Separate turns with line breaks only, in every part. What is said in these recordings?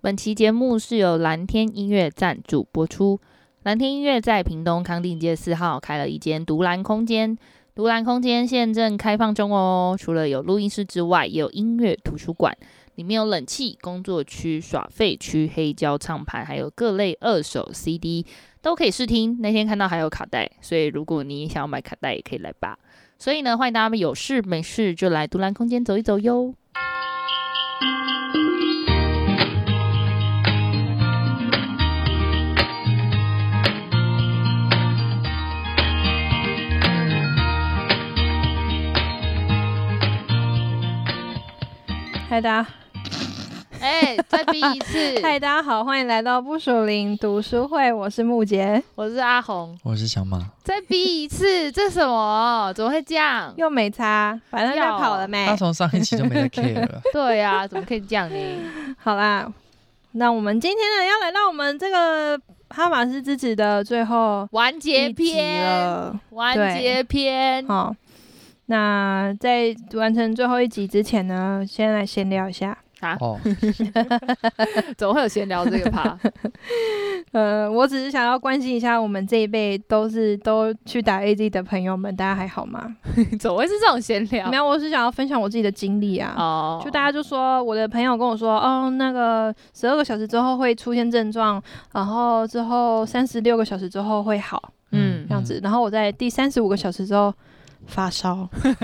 本期节目是由蓝天音乐赞助播出。蓝天音乐在屏东康定街四号开了一间独蓝空间，独蓝空间现正开放中哦。除了有录音室之外，也有音乐图书馆，里面有冷气、工作区、耍废区、黑胶唱盘，还有各类二手 CD 都可以试听。那天看到还有卡带，所以如果你想要买卡带，也可以来吧。所以呢，欢迎大家有事没事就来独蓝空间走一走哟。
嗨大家，
哎、再逼一 次
嗨大家好，欢迎来到不署林读书会，我是木杰，
我是阿红，
我是小马。
再逼一次，这什么？怎么会这 样？
又没擦，反正
要啊
他跑了
他
没？
从上一期就没在 care 了，
对呀、怎么可以这样 呢？
好啦，那我们今天呢要来到我们这个哈马斯之子的最后
完结
一集
篇，
了，
完
对
结篇，
好，那在完成最后一集之前呢，先来闲聊一下。
哦，
怎么会有闲聊这个趴？
呃，我只是想要关心一下我们这一辈都是都去打 AZ 的朋友们，大家还好吗？
怎么会是这种闲聊
没？有，我是想要分享我自己的经历啊。
哦，
就大家就说，我的朋友跟我说，哦，那个十二个小时之后会出现症状，然后之后三十六个小时之后会好
嗯
这样子，然后我在第三十五个小时之后 发烧，
嗯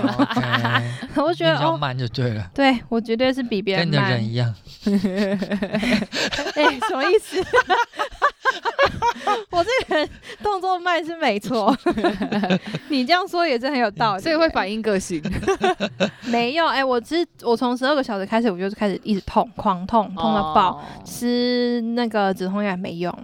，OK，
我就
比
觉得
较
哦，
慢就对了，
对我绝对是比别人
跟你的
慢，
人一样，
哎、什么意思？ 我这个人动作慢是没错， 你这样说也是很有道理，
所以会反映个性。
没有？哎、我其实我从十二个小时开始，我就开始一直痛，狂痛，痛到爆。
哦
吃那个止痛药没用，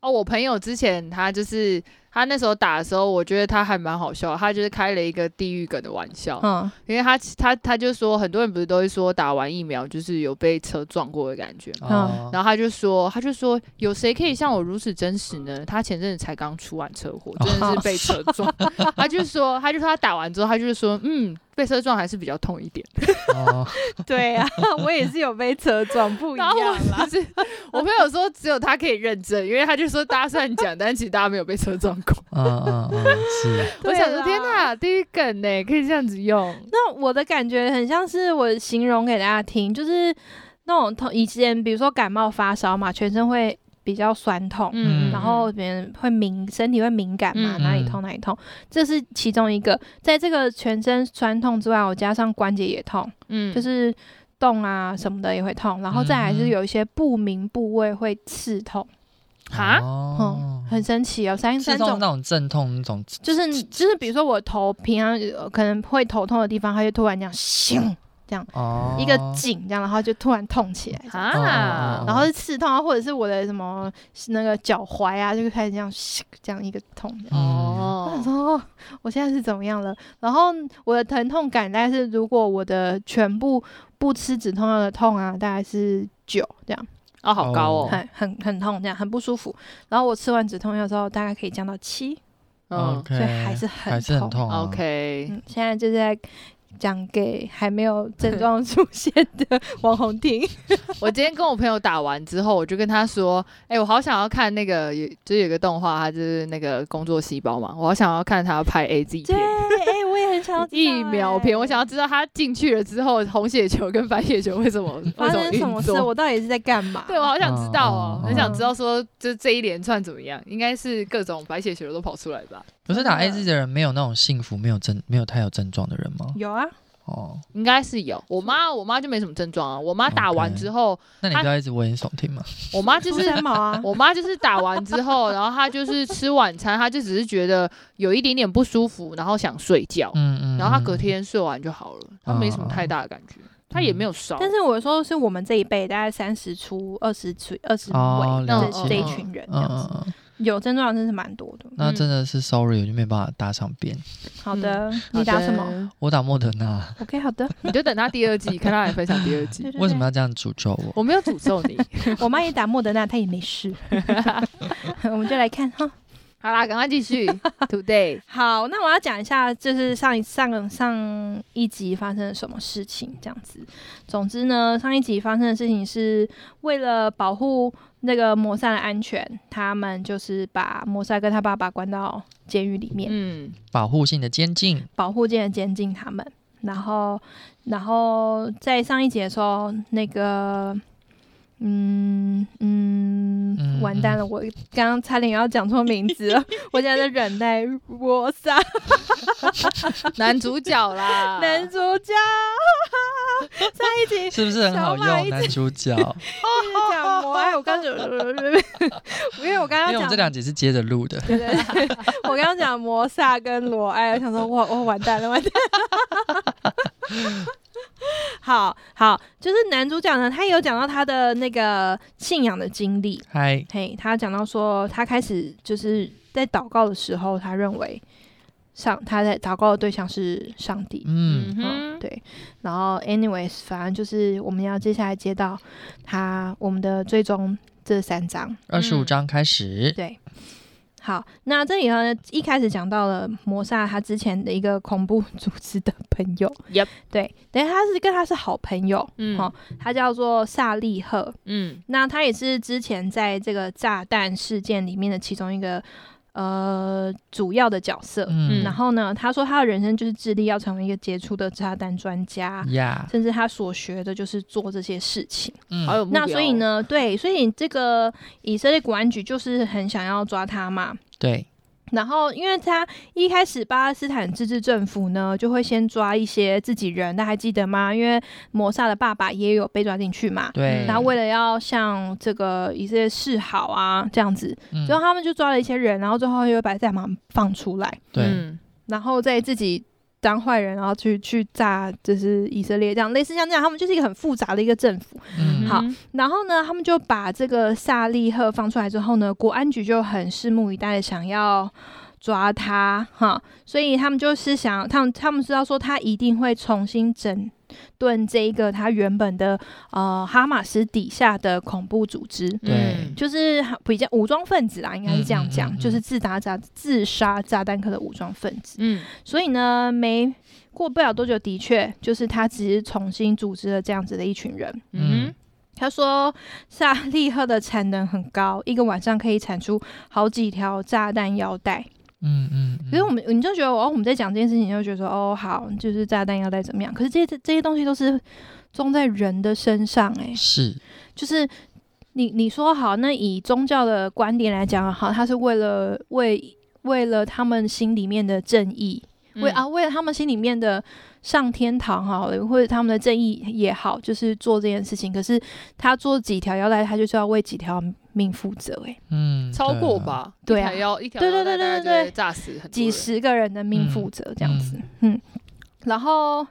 哦，我朋友之前他就是他那时候打的时候，我觉得他还蛮好笑，他就是开了一个地狱梗的玩笑，
嗯，
因为他他他就说很多人不是都会说打完疫苗就是有被车撞过的感觉嘛。
哦，
然后他就说，他就说，有谁可以像我如此真实呢？他前阵子才刚出完车祸，真的是被车撞。他就说，他就说他打完之后，他就是说，嗯，被车撞还是比较痛一点。
哦，
对啊，我也是有被车撞，不一
然后我
样啦。
就是我朋友说，只有他可以认真，因为他就说大家虽然讲，但其实大家没有被车撞过。
嗯嗯嗯，是，
我
对啊
想说，
啦
天哪，地狱梗呢，可以这样子用。
那我的感觉很像是我形容给大家听，就是那种痛，以前比如说感冒发烧嘛，全身会比较酸痛，
嗯
然后别人会敏，身体会敏感嘛，
嗯
哪里痛哪里痛，这是其中一个。在这个全身酸痛之外，我加上关节也痛，
嗯
就是动啊什么的也会痛，然后再来是
嗯
有一些不明部位会刺痛，
哈
哦，
很神奇哦，三
是
三种
痛那种阵痛那种，
就是就是，比如说我头平常呃可能会头痛的地方，它就突然这样咻
哦，
一个紧这样，然后就突然痛起来，
啊
哦，
然后是刺痛啊，或者是我的什么那个脚踝啊，就开始这样咻这样一个痛这样。我想
哦，
说哦我现在是怎么样了？然后我的疼痛感大概是，如果我的全部不吃止痛药的痛啊，大概是九这样，
哦，好高哦，
很很很痛这样，很不舒服。然后我吃完止痛药之后，大概可以降到七，
嗯
哦所
OK，
以还是很
还是很痛啊
，OK，
嗯，现在就在讲给还没有 症状出现的网红听。
我今天跟我朋友打完之后，我就跟他说：“哎、我好想要看那个，有就是有个动画，它就是那个工作细胞嘛，我好想要看他拍 A Z
对，
片。”
哎、我也很想要知道
疫苗片，
哎
我想要知道他进去了之后，红血球跟白血球为 什么为
发
什么
生什
运
么事？我
作？
到底是在干嘛？
对，我好想知道哦，
嗯嗯
很想
嗯
知道说，就这一连串怎么样？应该是各种白血球都跑出来吧？
可是
真
打 A
的
Z 的人没有那种幸福，没有症，没有太有症状的人吗？
有啊，
哦，
应该是有。我妈，我妈就没什么症状啊。我妈打完
OK
之后，
那你不要一直危言耸听嘛。
我妈就
就是是毛 啊，
我妈就是打完之后，然后她就是吃晚餐，她就只是觉得有一点点不舒服，然后想睡觉，
嗯嗯，
然后她
嗯哦
隔，天睡完就好了，她没什么太大的感觉，她也没有烧。
但是我说是我们这一辈，大概三十出、二十出、二十
哦
尾，
了
这
解
这一群人这
嗯
样
嗯
子，
嗯嗯，
有症状真是蛮多的。
那真的是 sorry，我就没办法搭上边。
好的，你打什么
么？
我打莫德纳，
？OK，好的。
你就等她第二季，看她来分享第二 季
对。对
为什么
对
要这样诅咒我？
我没有诅咒你，
我妈也打莫德纳，她也没事。我们就来看哈，
好啦，赶快继 续 today。
好，那我要讲一下，就是上一上个上一集发生了什么事情，这样子。总之呢，上一集发生的事情是为了保护那个摩萨的安全，他们就是把摩萨跟他爸爸关到监狱里面，
嗯，
保护性的 监禁，
保护界的监禁他们。然后，然后在上一集的时候，那个，嗯嗯，
嗯
完蛋了，我刚刚差点要讲错名字了，我现在在忍耐摩萨。
男主角啦，
男主角，上一集
是不是很好
小马一直
用？男 主角，
是讲摩爱，我刚讲，因为我刚
因
刚
为我们这
讲，
两集是接着录的，
对对对，我刚刚讲摩萨跟罗爱，我想说哇，我完蛋了，完蛋了。好好，就是男主角呢，他也有讲到他的那个信仰的经历，
嗨，
嘿，他讲到说，他开始就是在祷告的时候，他认为上他在祷告的对象是上帝，
嗯，
嗯
嗯，
哼，
对。然后，anyways，反正就是我们要接下来接到他我们的最终这三章。
二十五章开始，
对，好，那这里呢一开始讲到了摩萨他之前的一个恐怖组织的朋友
Yep
对，等于他是跟他是好朋友，
嗯
好他叫做萨利赫，
嗯
那他也是之前在这个炸弹事件里面的其中一个呃主要的角色。
嗯
然后呢，他说他的人生就是致力要成为一个杰出的炸弹专家，
呀，
甚至他所学的就是做这些事情。
嗯
好有目标哦
那所以，呢，对，所以这个以色列国安局就是很想要抓他嘛。
对，
然后，因为他一开始巴勒斯坦自治政府呢，就会先抓一些自己人，大家还记得吗？因为摩萨的爸爸也有被抓进去嘛。
对，
然后为了要向这个以色列示好啊，这样子，
嗯
最后他们就抓了一些人，然后最后又把战马放出来。
对，
嗯
然后再自己当坏人，然后去去炸，就是以色列这样，类似像这样，他们就是一个很复杂的一个政府。
嗯，
好，然后呢，他们就把这个萨利赫放出来之后呢，国安局就很拭目以待的想要抓他哈，所以他们就是想，他们他们知道说他一定会重新整。顿这一个他原本的呃哈马斯底下的恐怖组织，
嗯
对
就是比较武装分子啦，应该是这样讲，
嗯嗯嗯嗯
就是自打炸自杀炸弹客的武装分子。
嗯
所以呢，没过不了多久，的确就是他只是重新组织了这样子的一群人。
嗯
他说，萨利赫的产能很高，一个晚上可以产出好几条炸弹腰带。
嗯嗯，
可是我们，你就觉得哦，我们在讲这件事情，你就觉得说哦，好，就是炸弹腰带怎么样？可是这些这些东西都是装在人的身上、欸，
是
就是你你说好，那以宗教的观点来讲，好，他是为了为为了他们心里面的正义，
嗯，
为啊，为了他们心里面的上天堂好了，或者他们的正义也好，就是做这件事情。可是他做几条腰带，他就是要为几条命负责、欸，
嗯，
超
对
过
啊？
吧？
对啊
一条腰一条
对
腰
对
带大概
对对
就
对
会炸死很多人
几，十个人的命负责这样子，嗯。然后，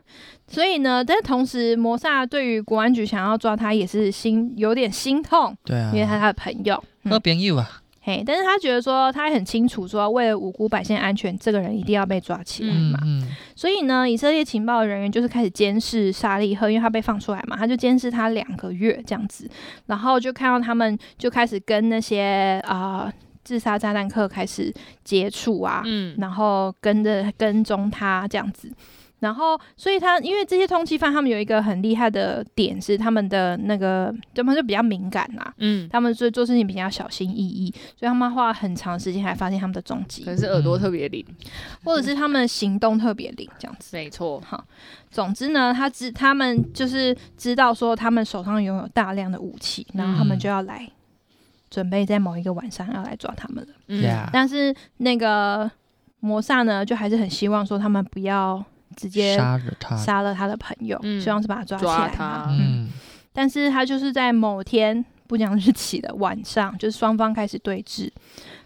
所以呢，但同时，摩萨对于国安局想要抓他也是心有点心痛，
对啊，
因为他是他的朋友，嗯
喝朋友啊，
嘿，但是他觉得说，他很清楚说，为了无辜百姓安全，这个人一定要被抓起来
嗯
嘛。
嗯
所以呢，以色列情报人员就是开始监视沙利赫，因为他被放出来嘛，他就监视他两个月这样子，然后就看到他们就开始跟那些啊、呃自杀炸弹客开始接触啊，
嗯
然后跟着跟踪他这样子。然后，所以他因为这些通缉犯，他们有一个很厉害的点是他们的那个，他们就比较敏感啦、
嗯，
他们所以做事情比较小心翼翼，所以他们花了很长时间才发现他们的踪迹
可，能是耳
嗯
朵特别灵，
或者是他们的行动特别灵这样子。
没错，
总之呢，他知他们就是知道说他们手上拥有大量的武器，然后他们
嗯
就要来准备在某一个晚上要来抓他们了。
嗯
呀，
但是那个摩萨呢，就还是很希望说他们不要直接
杀了他，
杀了他的朋友，
嗯
希望是把他抓起
抓
来
他
嘛。嗯，
嗯
但是他就是在某天不讲日期的晚上，就是双方开始对峙。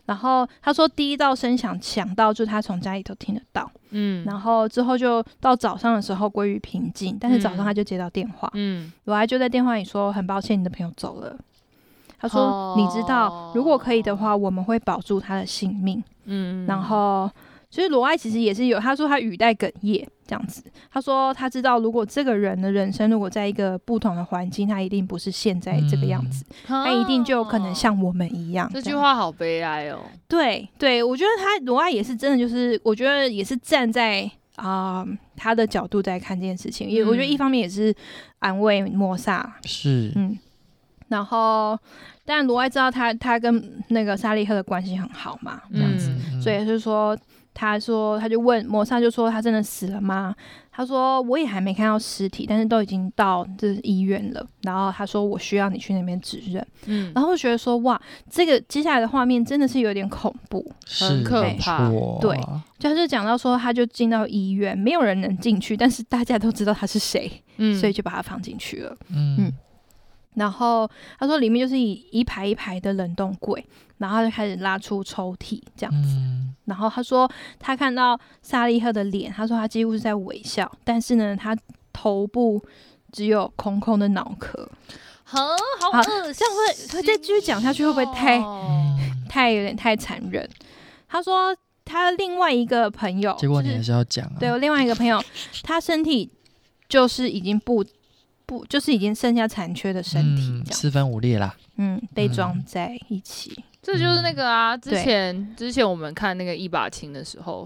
然后他说，第一道声响响到，就是他从家里头听得到。
嗯
然后之后就到早上的时候归于平静，但是早上他就接到电话，
嗯，
罗埃就在电话里说：“很抱歉，你的朋友走了。”他说：“
哦
你知道，如果可以的话，我们会保住他的性命。
嗯，
然后，就是罗爱其实也是有，他说他语带哽咽这样子，他说他知道如果这个人的人生如果在一个不同的环境，他一定不是现在这个样子，
他
他一定就有可能像我们一样。
嗯哦这
这
句
样
话好悲哀哦。
对对，我觉得他罗爱也是真的，就是我觉得也是站在啊、他的角度在看这件事情，也、我觉得
嗯
一方面也是安慰莫萨，
是，
嗯，然后但罗爱知道他他跟那个沙利赫的关系很好嘛，这样子，
嗯
所以他就说。他说，他就问摩萨，就说他真的死了吗？他说我也还没看到尸体，但是都已经到这医院了。然后他说我需要你去那边指认。
嗯，
然后我觉得说哇，这个接下来的画面真的是有点恐怖。
是
很可
没
怕
错
对就他就讲到说，他就进到医院，没有人能进去，但是大家都知道他是谁，
嗯
所以就把他放进去了。
嗯
嗯然后他说里面就是一一排一排的冷冻柜，然后他就开始拉出抽屉这样子。
嗯，
然后他说他看到萨利赫的脸，他说他几乎是在微笑，但是呢，他头部只有空空的脑壳，
很好
好
恶心
这样会会再继续讲下去会不会太
哦
太有点太残忍。他说他另外一个朋友，
结果
就
你
是
还是要讲啊，
对我另外一个朋友，他身体就是已经不不，就是已经剩下残缺的身体
嗯
这样，
四分五裂啦，
嗯，被
嗯
装在一起，
这就是那个啊，之
嗯对
前之前我们看那个一把青的时候，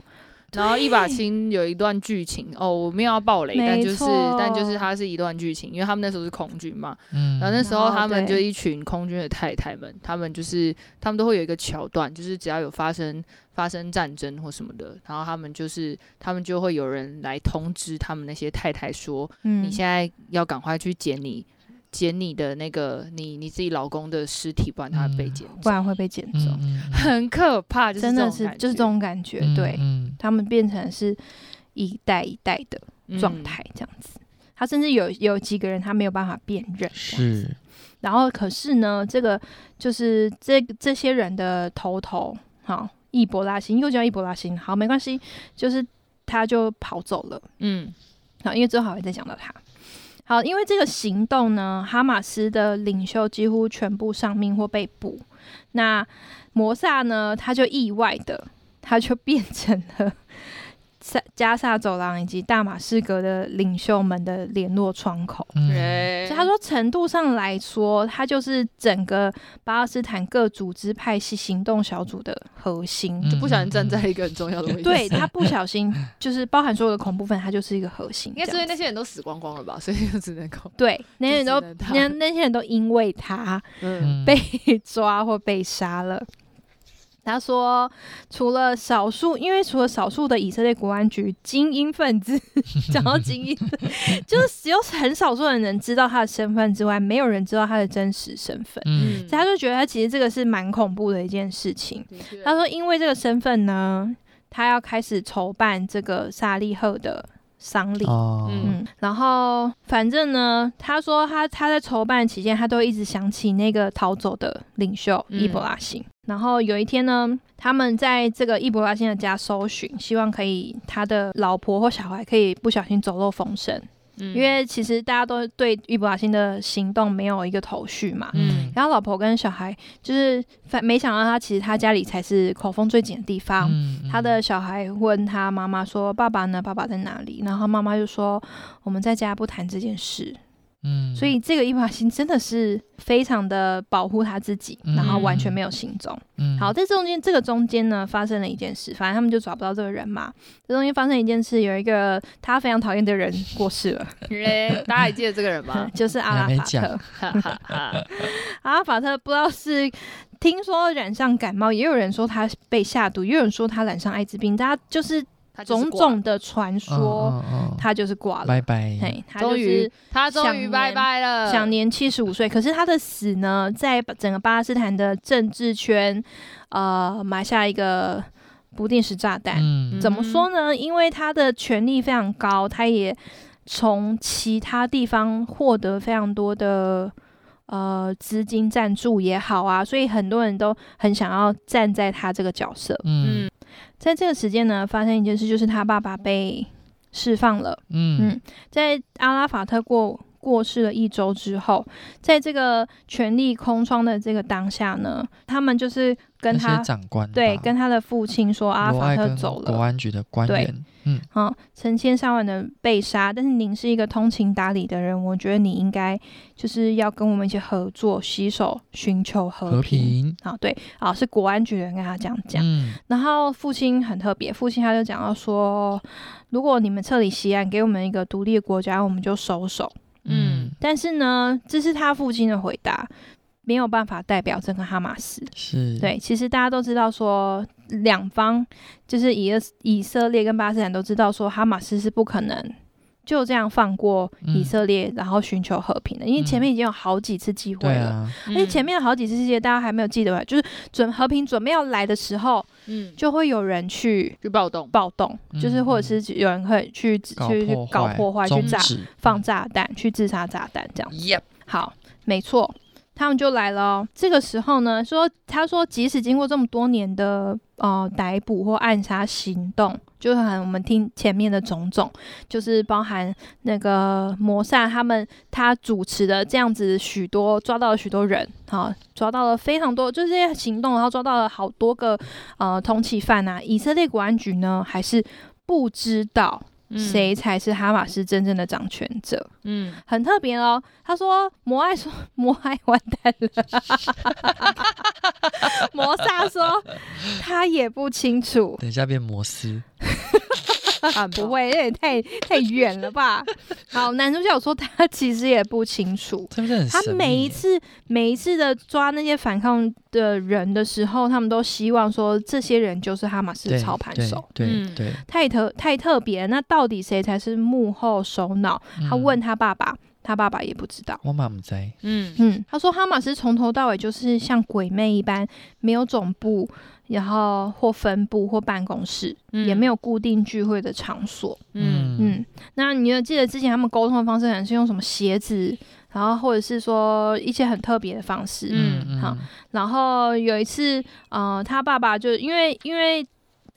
然后一把青有一段剧情哦，我没有要爆雷，但
没
就是
错
但就是它是一段剧情，因为他们那时候是空军嘛，
嗯，
然后那时候
哦
他们就
对
一群空军的太太们，他们就是他们都会有一个桥段，就是只要有发生发生战争或什么的，然后他们就是他们就会有人来通知他们那些太太说，
嗯，
你现在要赶快去捡你捡你的那个你你自己老公的尸体，不然他被
嗯
捡
不
走。
然会被捡走，
嗯嗯嗯
很可怕，就是
真
这
的是
种感
就是这
觉
种感觉，
嗯
对。
嗯
他们变成是一代一代的
嗯
状，态这样子。他甚至有有几个人他没有办法辨认，这样子。
是，
然后可是呢，这个就是这这些人的头头，好，伊博拉星又叫伊博拉星，好，没关系，就是他就跑走了。
嗯
好，因为之后还会再讲到他。好，因为这个行动呢，哈马斯的领袖几乎全部丧命或被捕。那摩萨呢，他就意外的，他就变成了萨加萨走廊以及大马士革的领袖们的联络窗口。
嗯，
嗯
对
所以他说，程度上来说，他就是整个巴勒斯坦各组织派系行动小组的核心。
就不小心站在
嗯
一个很重要的位置，
对他不小心，就是包含所有的恐怖分子，他就是一个核心。
应该是
这
因为
样
那些人都死光光了 吧，所以就只能够
对，那些人都
就只能他
那那些人都因为他
嗯
被抓或被杀了。他说，除了少数，因为除了少数的以色列国安局精英分子， 讲到精英分子， 就是只有很少数的人知道他的身份之外，没有人知道他的真实身份。所
嗯
以他就觉得他其实这个是蛮恐怖的一件事情。他说，因为这个身份呢，他要开始筹办这个萨利赫的丧礼。
哦，
嗯
嗯，然后反正呢，他说他他在筹办期间，他都一直想起那个逃走的领袖
嗯
伊博拉辛。然后有一天呢，他们在这个伊博拉辛的家搜寻，希望可以他的老婆或小孩可以不小心走漏风声，因
因
为其实大家都对伊博拉辛的行动没有一个头绪嘛。
嗯
然后老婆跟小孩就是反没想到他其实他家里才是口风最紧的地方，
嗯
他的小孩问他妈妈说：“爸爸呢？爸爸在哪里？”然后妈妈就说：“我们在家不谈这件事。
嗯，
所以这个伊巴辛真的是非常的保护他自己，
嗯
然后完全没有行踪。
嗯
好，在这中间这个中间呢，发生了一件事，反正他们就找不到这个人嘛。这中间发生一件事，有一个他非常讨厌的人过世 了，？
为大家还记得这个人吧
就是阿拉
你
法
还没讲
特。
哈哈哈，
阿拉法特不知道是听说染上感冒，也有人说他被下毒，也有人说他染上艾滋病，大家就是
他就是
种
挂了
种的传说。
嗯嗯嗯
他就是挂了。
拜拜，
嘿，他就
终于呃
是
他终
享
于
年
拜拜了，
享年七十五岁。可是他的死呢，在整个巴勒斯坦的政治圈，呃，埋下一个不定时炸弹。
嗯
怎么说呢？因为他的权力非常高，他也从其他地方获得非常多的。呃，资金赞助也好啊，所以很多人都很想要站在他这个角色。
嗯
嗯
在这个时间呢，发生一件事，就是他爸爸被释放了。
嗯
嗯在阿拉法特过过世了一周之后，在这个权力空窗的这个当下呢，他们就是跟
那
他
些长官吧
对跟他的父亲说阿
国
法
外
特
跟
走
国
了，
安局的官
对
员，嗯，
啊、成千上万的被杀，但是您是一个通情达理的人，我觉得你应该就是要跟我们一起合作，携手寻求和
和平，
啊，对，啊，是国安局的人跟他这样讲。
嗯，
然后父亲很特别，父亲他就讲到说，如果你们撤离西岸，给我们一个独立的国家，我们就收手。
嗯
嗯，
但是呢，这是他父亲的回答，没有办法代表整个哈马斯。
是，，
对，其实大家都知道说，两方就是以色以色列跟巴勒斯坦都知道说，哈马斯是不可能就这样放过以
嗯
色列，然后寻求和平的，因为前
嗯
面已经有好几次机会
对
了。
啊，
而
而且嗯哎前面好几次世界，大家还没有记得吧？就是准和平准备要来的时候，
嗯
就会有人去
去暴动，
暴动，就是
嗯
或者是有人会去去
搞
去
破
搞
坏，
破坏、去
终
炸、
止
放，炸弹、去自杀炸弹这样。
耶，
好，没错，他们就来了哦。这个时候呢，说他说，即使经过这么多年的呃逮捕或暗杀行动，就很我们听前面的种种，就是包含那个摩萨他们他主持的这样子许多抓到了许多人，好、抓到了非常多，就是这些行动，然后抓到了好多个呃通缉犯啊。以色列国安局呢，还是不知道
嗯
谁才是哈马斯真正的掌权者。
嗯，
很特别哦。他说摩爱说摩爱完蛋了， 摩萨说他也不清楚，
等一下变摩斯，
汉堡
不，会，这也太太远了吧？好，男主角说他其实也不清楚。
是不是很
他
神
每
秘
一次每一次的抓那些反抗的人的时候，他们都希望说这些人就是哈马斯
对
操盘
对
手，
对
嗯
对，
太特太特别了。那到底谁才是幕后首脑？他
嗯
问他爸爸，他爸爸也不知道。
我妈不在，
嗯
嗯，他说哈马斯从头到尾就是像鬼魅一般，没有总部，然后或分部或办公室，嗯也没
有，
有固定聚会的场所。
嗯
嗯，那你有记得之前他们沟通的方式，可能是用什么鞋子，然后或者是说一些很特别的方式。
嗯
好，然后有一次，呃，他爸爸就因为因为。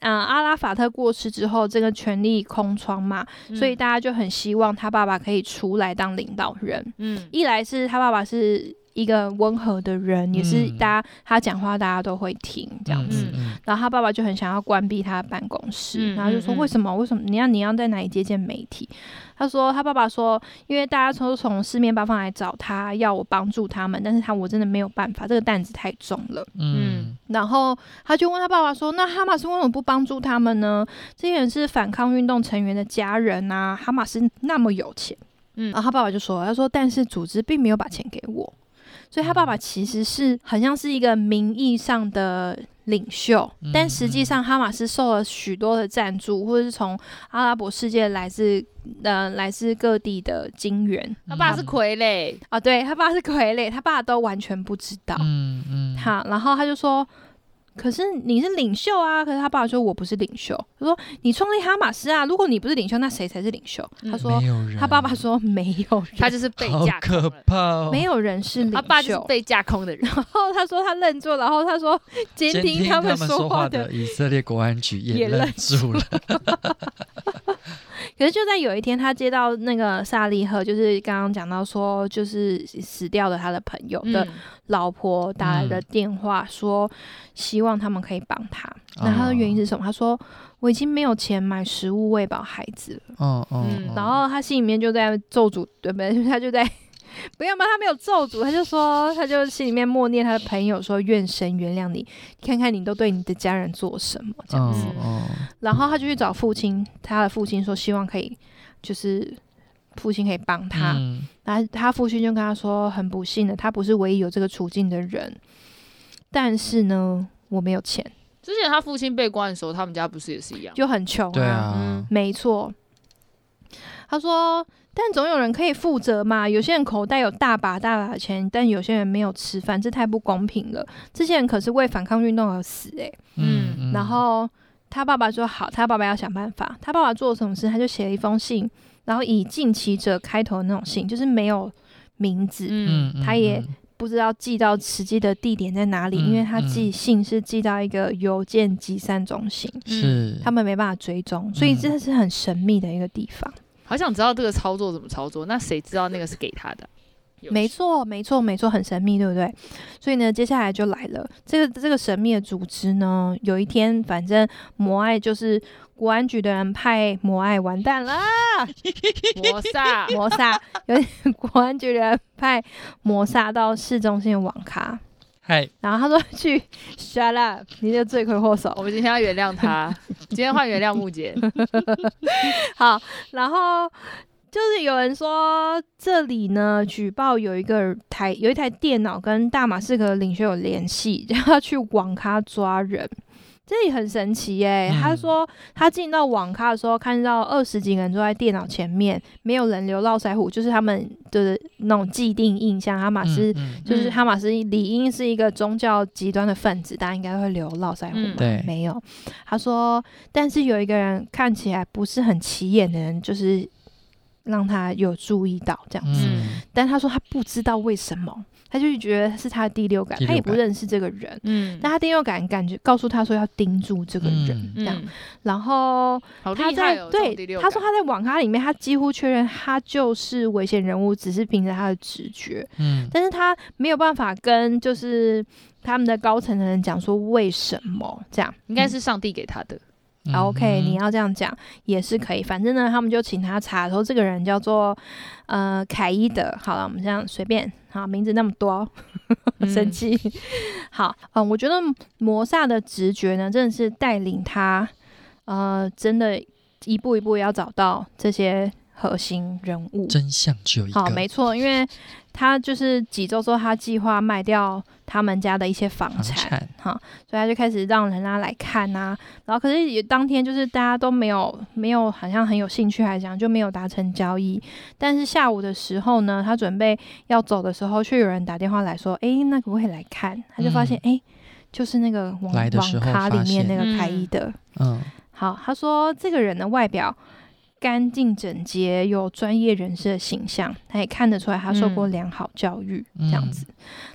嗯、阿拉法特过世之后，这个权力空窗嘛，
嗯
所以大家就很希望他爸爸可以出来当领导人。
嗯
一来是他爸爸是一个温和的人，也是
嗯
大家他讲话大家都会听这样子。
嗯
嗯
然后他爸爸就很想要关闭他的办公室，
嗯
然后就说
嗯嗯
为什么？为什么你要你要在哪里接见媒体？他说他爸爸说，因为大家都从四面八方来找他，要我帮助他们，但是他我真的没有办法，这个担子太重了。
嗯
嗯
然后他就问他爸爸说：“那哈马斯为什么不帮助他们呢？这些人是反抗运动成员的家人啊，哈马斯那么有钱。”
嗯
然后他爸爸就说：“他说，但是组织并没有把钱给我，所以他爸
嗯
爸其实是很像是一个名义上的领袖，
嗯
但实际上哈马斯受了许多的赞助，或者是从阿拉伯世界来自呃来自各地的金援
他爸是傀儡，
啊。对他爸是傀儡，他爸都完全不知道。
嗯嗯，
他，然后他就说。”可是你是领袖啊！可是他爸爸说我不是领袖。他说你创立哈马斯啊！如果你不是领袖，那谁才是领袖？
嗯
他说
没有人，
他爸爸说没有人，
他就是被
好
架空
可
了，
怕哦，
没有人是领袖。
他爸就是被架空的人，
然后他说他愣住，然后他说 监
监
听他
们
说
话
的。
以色列国安局
也
也
愣
愣住 了，
可是就在有一天，他接到那个萨利赫，就是刚刚讲到说，就是死掉的他的朋友的
嗯
老婆打来的
嗯
电话，说希望他们可以帮他。然后他的原因是什么？他说我已经没有钱买食物喂饱孩子了。
嗯
嗯
嗯，嗯
然后他心里面就在咒诅， 对不对？他就在。不要嘛，他没有咒诅，他就说，他就心里面默念他的朋友说：“愿神原谅你，看看你都对你的家人做什么。”这样
嗯
子，
嗯
然后他就去找父亲，他的父亲说希望可以，就是父亲可以帮他。
嗯
然后他父亲就跟他说，很不幸的，他不是唯一有这个处境的人，但是呢，我没有钱，
之前他父亲被关的时候，他们家不是也是一样？
就很穷、
嗯
对啊，
没错。他说：“但总有人可以负责嘛。有些人口袋有大把大把的钱，但有些人没有吃饭，这太不公平了。这些人可是为反抗运动而死诶、
嗯
嗯，
然后他爸爸说好，他爸爸要想办法。他爸爸做了什么事，他就写了一封信，然后以近期者开头的那种信，就是没有名字，
嗯
嗯，嗯
他也
嗯
不知道寄到实际的地点在哪里，
嗯
因为他
嗯
寄信是寄到一个邮件集散中心，
嗯
是嗯
他们没办法追踪，所以这是很神秘的一个地方。
好想知道这个操作怎么操作。那谁知道那个是给他的？有
没错，没错，没错，很神秘，对不对？所以呢，接下来就来了，这个这个神秘的组织呢，有一天，反正摩爱就是国安局的人派摩爱完蛋了，
摩萨
摩萨有点国安局的人派摩萨到市中心的网咖，
嗨，
然后他说去 shut up，你的罪魁祸首。
我们今天要原谅他，今天换原谅木姐。
好，然后就是有人说这里呢举报有一个台有一台电脑跟大马士革领袖有联系，然后去网咖抓人。这里很神奇耶、
嗯
他说他进到网咖的时候，看到二十几个人坐在电脑前面，没有人流络腮胡，就是他们的那种既定印象，哈马斯、
嗯嗯
就是
嗯
哈马斯理应是一个宗教极端的分子，大家应该会留络腮胡
嗯
嘛？
对
没有。他说，但是有一个人看起来不是很起眼的人，就是让他有注意到这样。
嗯
但他说他不知道为什么，他就觉得是他的第六感，
第六
他也不
感
认识这个人。
嗯
但他第六感感觉告诉他说要盯住这个人，这
嗯
样，然后
好
他
厉害
在、
哦！这种第
对
六
他说
感
他在网咖里面，他几乎确认他就是危险人物，只是凭着他的直觉。
嗯
但是他没有办法跟就是他们的高层的人讲说为什么这样。
应该是上帝给他的。
嗯
啊 OK，
嗯
你要这样讲也是可以。反正呢，他们就请他查，说这个人叫做呃凯伊德。好了，我们这样随便，好名字那么多，
嗯
生气。好，嗯，我觉得摩萨的直觉呢，真的是带领他，呃，真的一步一步要找到这些核心人物。
真相只有一个，
好，没错，因为他就是几周之后，他计划卖掉他们家的一些房
房
产，
产，
所以他就开始让人家来看啊。然后可是也当天就是大家都没有没有好像很有兴趣，还是怎样，就没有达成交易。但是下午的时候呢，他准备要走的时候，却有人打电话来说：“诶，那可不可以来看？”他就发现，诶，就是那个网
嗯来的时
网
候
咖
发
里面
现
那个凯
嗯
伊德。
嗯
好，他说这个人的外表干净整洁，有专业人士的形象，他也看得出来他受过
嗯
良好教育、
嗯
这样子。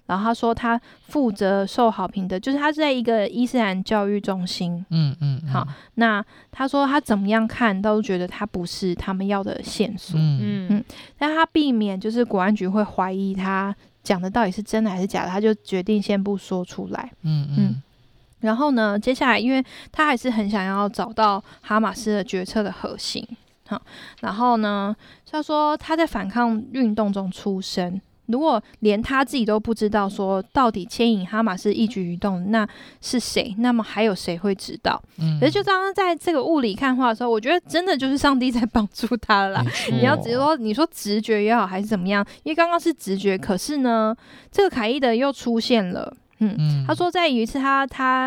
然后他说他负责受好评的，就是他是在一个伊斯兰教育中心。
嗯嗯，嗯
好，那他说他怎么样看都觉得他不是他们要的线索，
嗯
嗯
但他避免就是国安局会怀疑他讲的到底是真的还是假的，他就决定先不说出来。
嗯
嗯
嗯
然后呢，接下来因为他还是很想要找到哈马斯的决策的核心，好，然后呢，他说他在反抗运动中出生，如果连他自己都不知道说到底牵引哈马斯一举一动那是谁，那么还有谁会知道？
嗯，
可是就刚刚在这个雾里看花的时候，我觉得真的就是上帝在帮助他了啦。
没
你要
错
只是说你说直觉也好还是怎么样，因为刚刚是直觉，可是呢，这个凯伊德又出现了。
嗯
他说，在有一次他他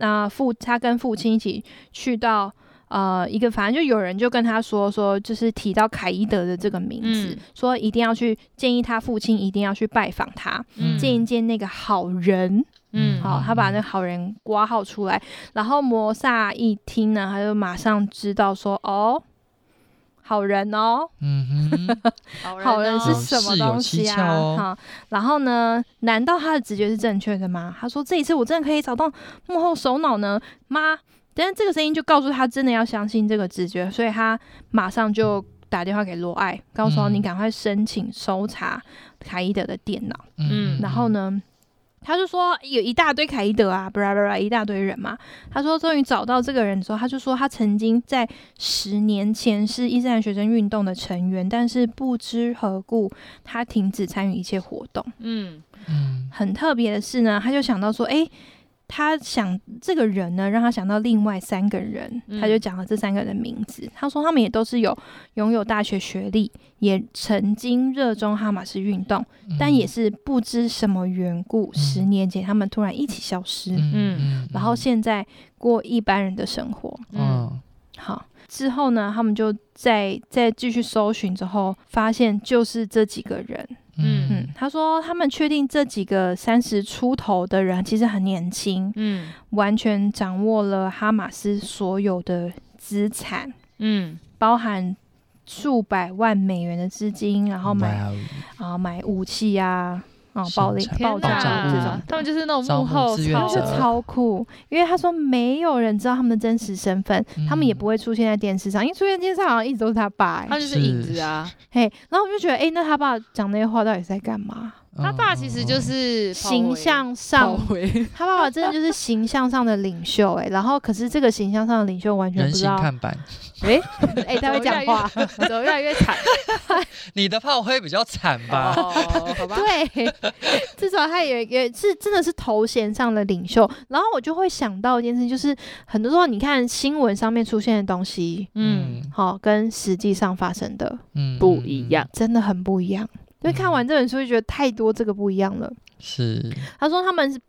啊、呃父他跟父亲一起去到呃一个，反正就有人就跟他说说，就是提到凯伊德的这个名字，
嗯
说一定要去建议他父亲一定要去拜访他，
嗯
见一见那个好人。
嗯
好、他把那个好人挂号出来，然后摩萨一听呢，他就马上知道说哦。好人哦，
嗯哼，
好人是
哦
什么
事有
东
蹊
西啊？
跷哦
哈、然后呢？难道他的直觉是正确的吗？他说这一次我真的可以找到幕后首脑呢？妈！但是这个声音就告诉他真的要相信这个直觉，所以他马上就打电话给罗爱，告诉他
嗯
你赶快申请搜查凯伊德的电脑。
嗯
然后？呢，他就说有一大堆凯伊德啊，布拉布拉一大堆人嘛。他说终于找到这个人之后，他就说他曾经在十年前是伊斯兰学生运动的成员，但是不知何故他停止参与一切活动。
嗯
嗯
很特别的是呢，他就想到说，诶，他想这个人呢，让他想到另外三个人，
嗯
他就讲了这三个人的名字。他说他们也都是有拥有大学学历，也曾经热衷哈马斯运动，
嗯
但也是不知什么缘故，
嗯
十年前他们突然一起消失，
嗯
然后现在过一般人的生活。
嗯
嗯
好，之后呢，他们就再再继续搜寻之后，发现就是这几个人。嗯，他说他们确定这几个三十出头的人其实很年轻，
嗯
完全掌握了哈马斯所有的资产，
嗯
包含数百万美元的资金，然后买
哇哦
啊买武器啊，哦，暴力
现
爆
场
天
炸
哪
物
哪
这种
他们就是那种
招
幕
募
后
志愿
操
就
者
超酷，因为他说没有人知道他们的真实身份，他们也
嗯
不会出现在电视上，因为出现在电视上好像一直都是他爸、欸
他就是影子啊。
嘿，然后我就觉得，哎、那他爸讲那些话到底是在干嘛？
他爸其实就是炮
形
灰
象
炮
上，
灰，
他爸爸真的就是形象上的领袖、诶，哎，然后可是这个形象上的领袖完全
人
不知
形
道，
看板，
哎、哎、他会讲话，
走越来越惨。
你的炮灰比较惨 吧？
哦，好吧。
对，至少他有一个是真的是头衔上的领袖。然后我就会想到一件事，就是很多时候你看新闻上面出现的东西，
嗯，
好、跟实际上发生的
嗯
不一样，。
真的很不一样。嗯因为看完这本书就觉得太多这个不一样了。
是
他说他们是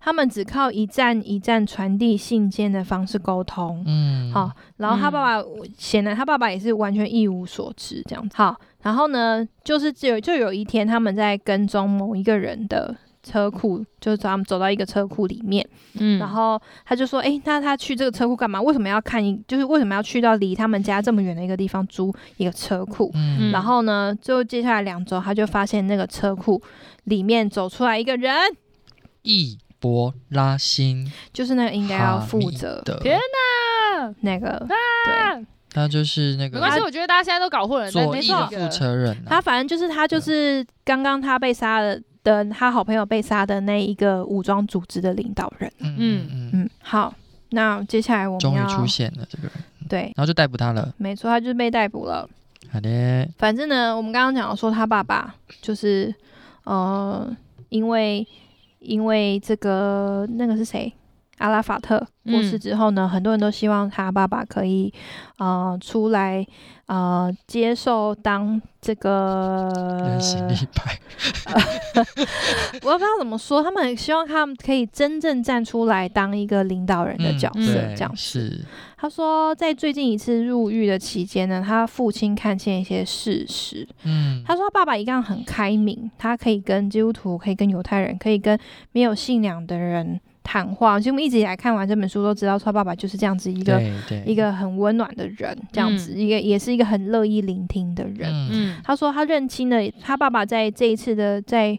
他们只靠一站一站传递信件的方式沟通，
嗯
好，然后他爸爸显然他爸爸也是完全一无所知这样子。好，然后呢，就是只有就有一天他们在跟踪某一个人的车库，就是他们走到一个车库里面，
嗯
然后他就说：“诶，那他去这个车库干嘛？为什么要看一？就是为什么要去到离他们家这么远的一个地方租一个车库？”
嗯
嗯
然后呢，最后接下来两周，他就发现那个车库里面走出来一个人，
义博拉辛
就是那个应该要
哈
负
密
责
德，
天啊
那个，
啊
对，
他就是那个
没关系，我觉得大家现在都搞混了。
左
没
翼
错
的，负责人
他
啊，
反正就是他就是刚刚他被杀的的他好朋友被杀的那一个武装组织的领导人。
嗯
嗯嗯，
嗯，好，那接下来我们
终
要
于出现了这个人，
对，
然后就逮捕他了。
没错，他就是被逮捕了。
好的，
反正呢，我们刚刚讲到说他爸爸就是呃，因为因为这个那个是谁？阿拉法特过世之后呢，很多人都希望他爸爸可以，呃，出来，呃，接受当这个
人形立牌，
我也不知道怎么说，他们很希望他们可以真正站出来当一个领导人的角
嗯
色，
对
这样子。
是
他说，在最近一次入狱的期间呢，他父亲看见一些事实。
嗯，
他说，他爸爸一样很开明，他可以跟基督徒，可以跟犹太人，可以跟没有信仰的人谈话。其实我们一直以来看完这本书都知道，说他爸爸就是这样子一个
对对
一个很温暖的人，这样子、
嗯
一个也是一个很乐意聆听的人。
嗯
嗯
他说他认清了他爸爸在这一次的在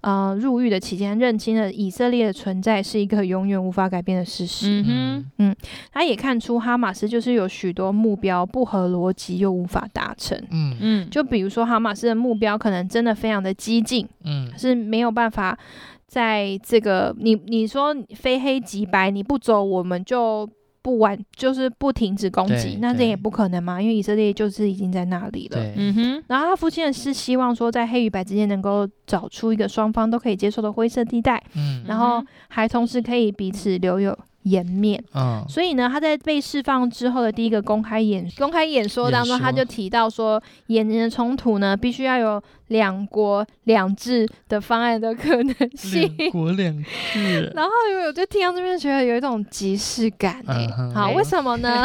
呃入狱的期间认清了以色列的存在是一个永远无法改变的事实。
嗯哼，
他也看出哈马斯就是有许多目标不合逻辑又无法达成。
嗯嗯
嗯，
就比如说，哈马斯的目标可能真的非常的激进，
嗯
可，是没有办法在这个你你说非黑即白，你不走我们就不完，就是不停止攻击
对，
那这
对
也不可能嘛，因为以色列就是已经在那里了。
对，
嗯哼，
然后他父亲是希望说，在黑与白之间能够找出一个双方都可以接受的灰色地带，
嗯
然后还同时可以彼此留有颜面。
嗯
所以呢，他在被释放之后的第一个公开演公开演说当中，
演说
他就提到说，眼前的冲突呢，必须要有两国两制的方案的可能性。
两国两制，
然后我就听到这边觉得有一种即视感哎、
嗯哼
好，为什么 呢？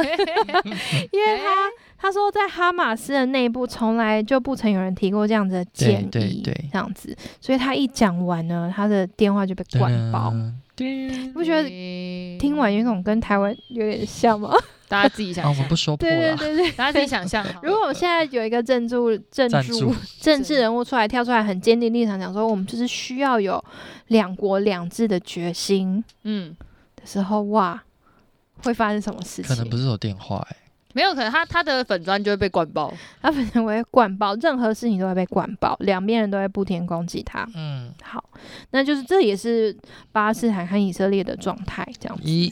因为他
哎
他说在哈马斯的内部从来就不曾有人提过这样子的建议，
对对对
这样子，所以他一讲完呢，他的电话就被灌爆。
啊
你
不觉得听完有种跟台湾有点像吗？
大家自己
啊，
想
我们
象，
不说 破
对对
了，
对对。
大家自己想象好了。
如果我现在有一个政助政
赞
助
助，
政治人物出来跳出来，很坚定立场讲说，我们就是需要有两国两制的决心
嗯，
的时候，哇，会发生什么事情？
可能不是有电话哎，
没有可能他他的粉砖就会被灌爆。
他本身会灌爆，任何事情都会被灌爆，两边人都会不停攻击他。
嗯，
好，那就是这也是巴勒斯坦和以色列的状态，这样子，
一，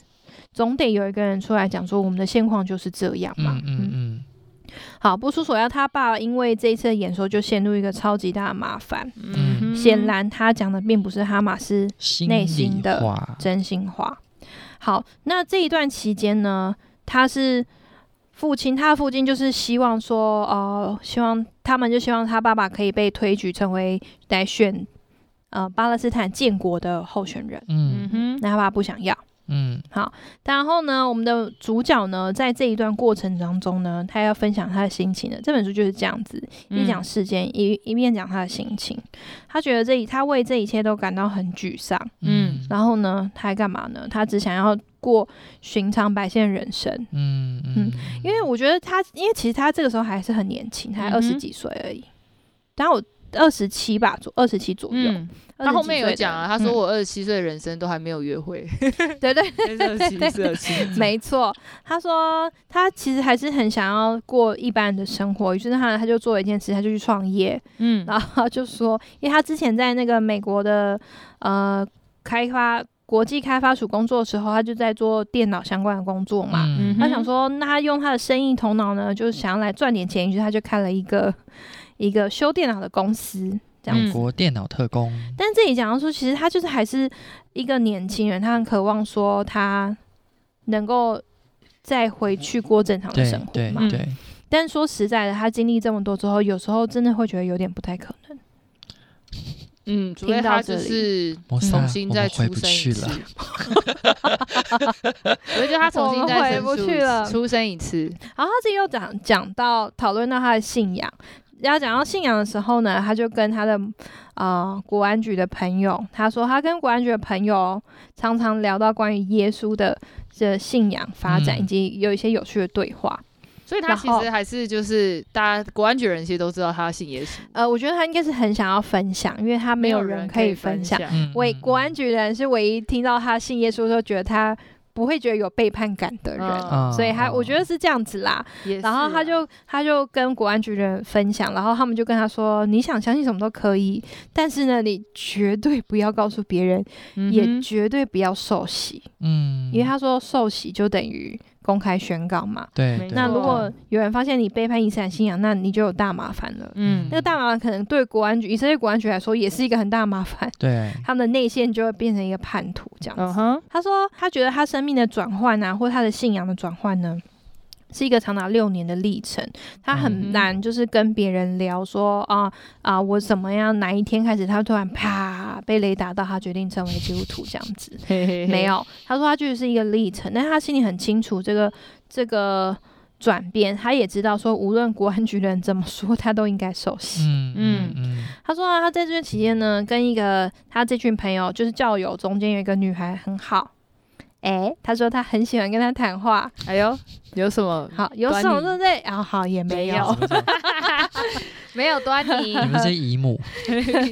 总得有一个人出来讲说我们的现况就是这样嘛
嗯。嗯嗯，
好，不出所料，他爸因为这一次的演说就陷入一个超级大的麻烦。
嗯哼，
显然，他讲的并不是哈马斯
心
内
里
心的
话，
真心话。好，那这一段期间呢，他是父亲，他的父亲就是希望说，呃，希望他们就希望他爸爸可以被推举成为来选呃巴勒斯坦建国的候选人。
嗯
嗯
哼，
那他爸爸不想要。
嗯
然后呢，我们的主角呢，在这一段过程当中呢，他要分享他的心情的。这本书就是这样子，一边
嗯
讲事件，一一面讲他的心情。他觉得这一，他为这一切都感到很沮丧。
嗯
然后呢，他还干嘛呢？他只想要过寻常百姓的人生。
嗯
嗯
嗯，
因为我觉得他，因为其实他这个时候还是很年轻，才
嗯哼
二十几岁而已。但我二十七吧，左二十七左右。
嗯，他后面有
27
讲啊，他
左
说
右
我二十七岁的人生都还没有约会，
嗯 对对
二十七，二十七，
没错，他说他其实还是很想要过一般人的生活，于是他他就做了一件事，他就去创业，
嗯，
然后就说，因为他之前在那个美国的呃开发国际开发署工作的时候，他就在做电脑相关的工作嘛。
嗯
他想说，那他用他的生意头脑呢，就是想要来赚点钱，于是他就开了一个一个修电脑的公司，这样
嗯
美国电脑特工，
但这里讲到说，其实他就是还是一个年轻人，他很渴望说他能够再回去过正常的
对
生活
对
嘛。
嗯
对，
但说实在的，他经历这么多之后，有时候真的会觉得有点不太可能。
嗯，除非
听到
他
这
就
里
是
摩萨
重新再出
我们回不
生一
去
次
了，
我觉得他重新再
我们回不
生出
去了
出生一次，
然后他自己又讲讲到讨论到他的信仰，然后讲到信仰的时候呢，他就跟他的呃国安局的朋友，他说他跟国安局的朋友常常聊到关于耶稣的这信仰发展，
嗯
以及有一些有趣的对话。
所以他
然
其
后
实还是就是大家国安局人其实都知道他信耶稣，
呃，我觉得他应该是很想要分享，因为他没有人可以分
分
享。
嗯
唯
嗯
国安局的人是唯一听到他信耶稣的时候，觉得他不会觉得有背叛感的人，
嗯
所以他我觉得是这样子啦。
也
然后
是
他
啊
就他就跟国安局的人分享，然后他们就跟他说：“你想相信什么都可以，但是呢，你绝对不要告诉别人，
嗯
也
哼
绝对不要受洗，
嗯，
因为他说受洗就等于公开宣告嘛。
对，
没
对
那
错
如果有人发现你背叛伊斯兰信仰，那你就有大麻烦了。”
嗯
那个大麻烦可能对国安局、以色列国安局来说也是一个很大的麻烦，
对，
他们的内线就会变成一个叛徒这样子。
嗯哼
他说，他觉得他生命的转换啊，或他的信仰的转换呢，是一个长达六年的历程。他很
嗯
难就是跟别人聊说啊啊，我怎么样？哪一天开始，他突然啪被雷打到，他决定成为基督徒这样子。
嘿 嘿嘿
没有，他说他就是一个历程，但他心里很清楚这个这个转变，他也知道说，无论国安局的人怎么说，他都应该受洗。
嗯
嗯
嗯嗯
他说、啊、他在这段期间呢，跟一个他这群朋友，就是教友中间有一个女孩很好。诶，他说他很喜欢跟她谈话，
哎呦有什么
好有什么对不对？啊、好也
嗯
没
没
有，
有
没有端倪。
你 们这些姨 母，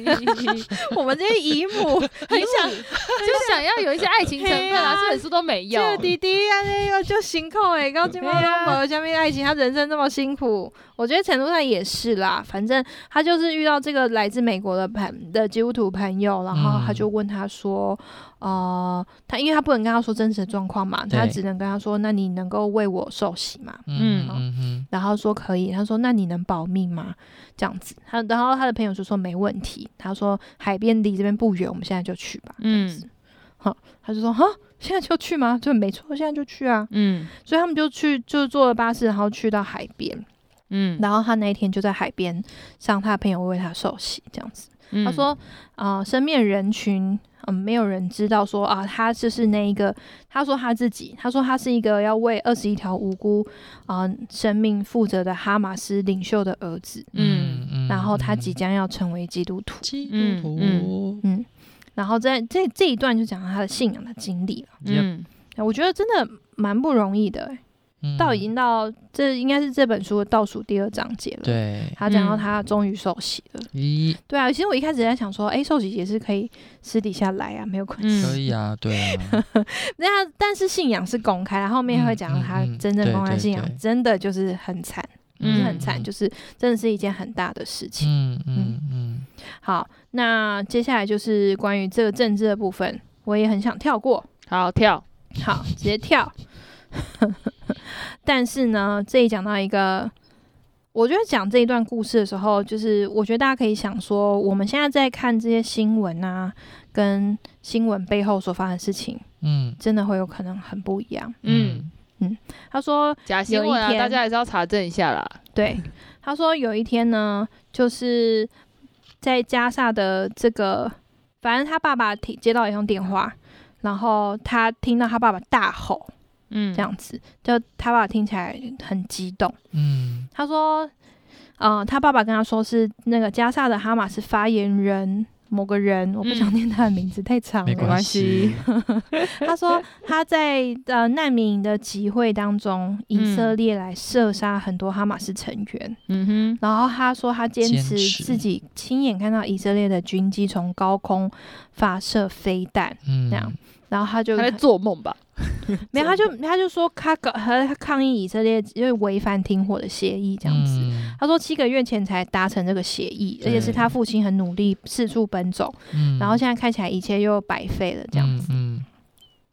我们这些姨 母很想
就想要有一些爱情成 分
嘿
啊，
啊
这本书都没有
这，个弟弟啊，那个就辛苦哎，到今晚都没有下面爱情，他人生这么辛苦，我觉得程度上也是啦。反正他就是遇到这个来自美国的朋的基督徒朋友，然后
嗯
他就问他说，呃，他因为他不能跟他说真实的状况嘛，
对
他只能跟他说，那你能够为我受洗吗？
嗯
嗯嗯嗯
然后说可以，他说那你能保命吗？这样子，他然后他的朋友就说没问题，他说海边离这边不远，我们现在就去吧。
嗯
他就说哈，现在就去吗？对，没错，现在就去啊。
嗯
所以他们就去，就坐了巴士，然后去到海边。
嗯，
然后他那一天就在海边，让他的朋友为他受洗，这样子。
嗯
他说，啊、身边人群，嗯、没有人知道说啊，他就是那一个。他说他自己，他说他是一个要为二十一条无辜啊、生命负责的哈马斯领袖的儿子，
嗯
嗯嗯，
然后他
嗯
即将要成为基督徒。
基
嗯
督徒
嗯，
嗯，然后在这这一段就讲到他的信仰的经历了。
嗯
我觉得真的蛮不容易的、
嗯
到已经到这应该是这本书的倒数第二章节了。，
对嗯
他讲到他终于受洗了。
一
对啊，其实我一开始在想说，哎、受洗也是可以私底下来啊，没有关系。
可以啊，对 啊，
那、但是信仰是公开，然后后面会讲到他
嗯嗯嗯
真正公开信仰、
对对对
真的就是很惨，不是
嗯
很惨，就是真的是一件很大的事情。
嗯嗯嗯，
好，那接下来就是关于这个政治的部分，我也很想跳过。
好跳，
好，直接跳。 但是呢，这里讲到一个，我觉得讲这一段故事的时候，就是我觉得大家可以想说，我们现在在看这些新闻啊，跟新闻背后所发生的事情，
嗯
真的会有可能很不一样。
嗯，
他说，
假新闻
有一
啊，
天
大家还是要查证一下啦，
对，他说有一天呢，就是在加萨的这个，反正他爸爸听接到一通电话，然后他听到他爸爸大吼，
嗯
这样子，就他爸爸听起来很激动。
嗯
他说，呃，他爸爸跟他说是那个加萨的哈马斯发言人某个人，我不想念他的名字，太长
没
了。
关系，
他说他在呃难民营的集会当中，以色列来射杀很多哈马斯成员。
嗯
然后他说他坚
坚
持
持
自己亲眼看到以色列的军机从高空发射飞弹，
嗯
这样然后他就
哼，他在做梦吧？
没有他就他就说他搞和他抗议以色列因为违反停火的协议这样子。
嗯
他说七个月前才达成这个协议，而且是
对
他父亲很努力四处奔走，
嗯
然后现在看起来一切又白费了这样子。
嗯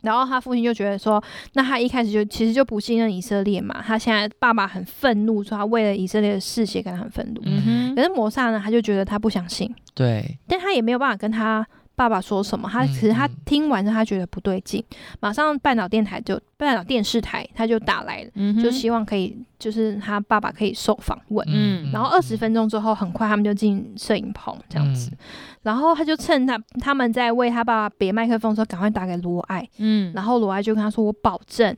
然后他父亲就觉得说，那他一开始就其实就不信任以色列嘛，他现在爸爸很愤怒，说他为了以色列的嗜血感到很愤怒。
嗯
可
哼，
是摩萨呢，他就觉得他不相信，
对，
但他也没有办法跟他爸爸说什么。他
嗯
其实他
嗯
听完之后，他觉得不对劲，马上半岛电台就半岛电视台他就打来了，
嗯哼，
就希望可以就是他爸爸可以受访问。
嗯嗯
然后二十分钟之后，很快他们就进摄影棚这样子，，然后他就趁他他们在为他爸爸别麦克风的时候，赶快打给罗爱，
嗯，
然后罗埃就跟他说：“我保证。”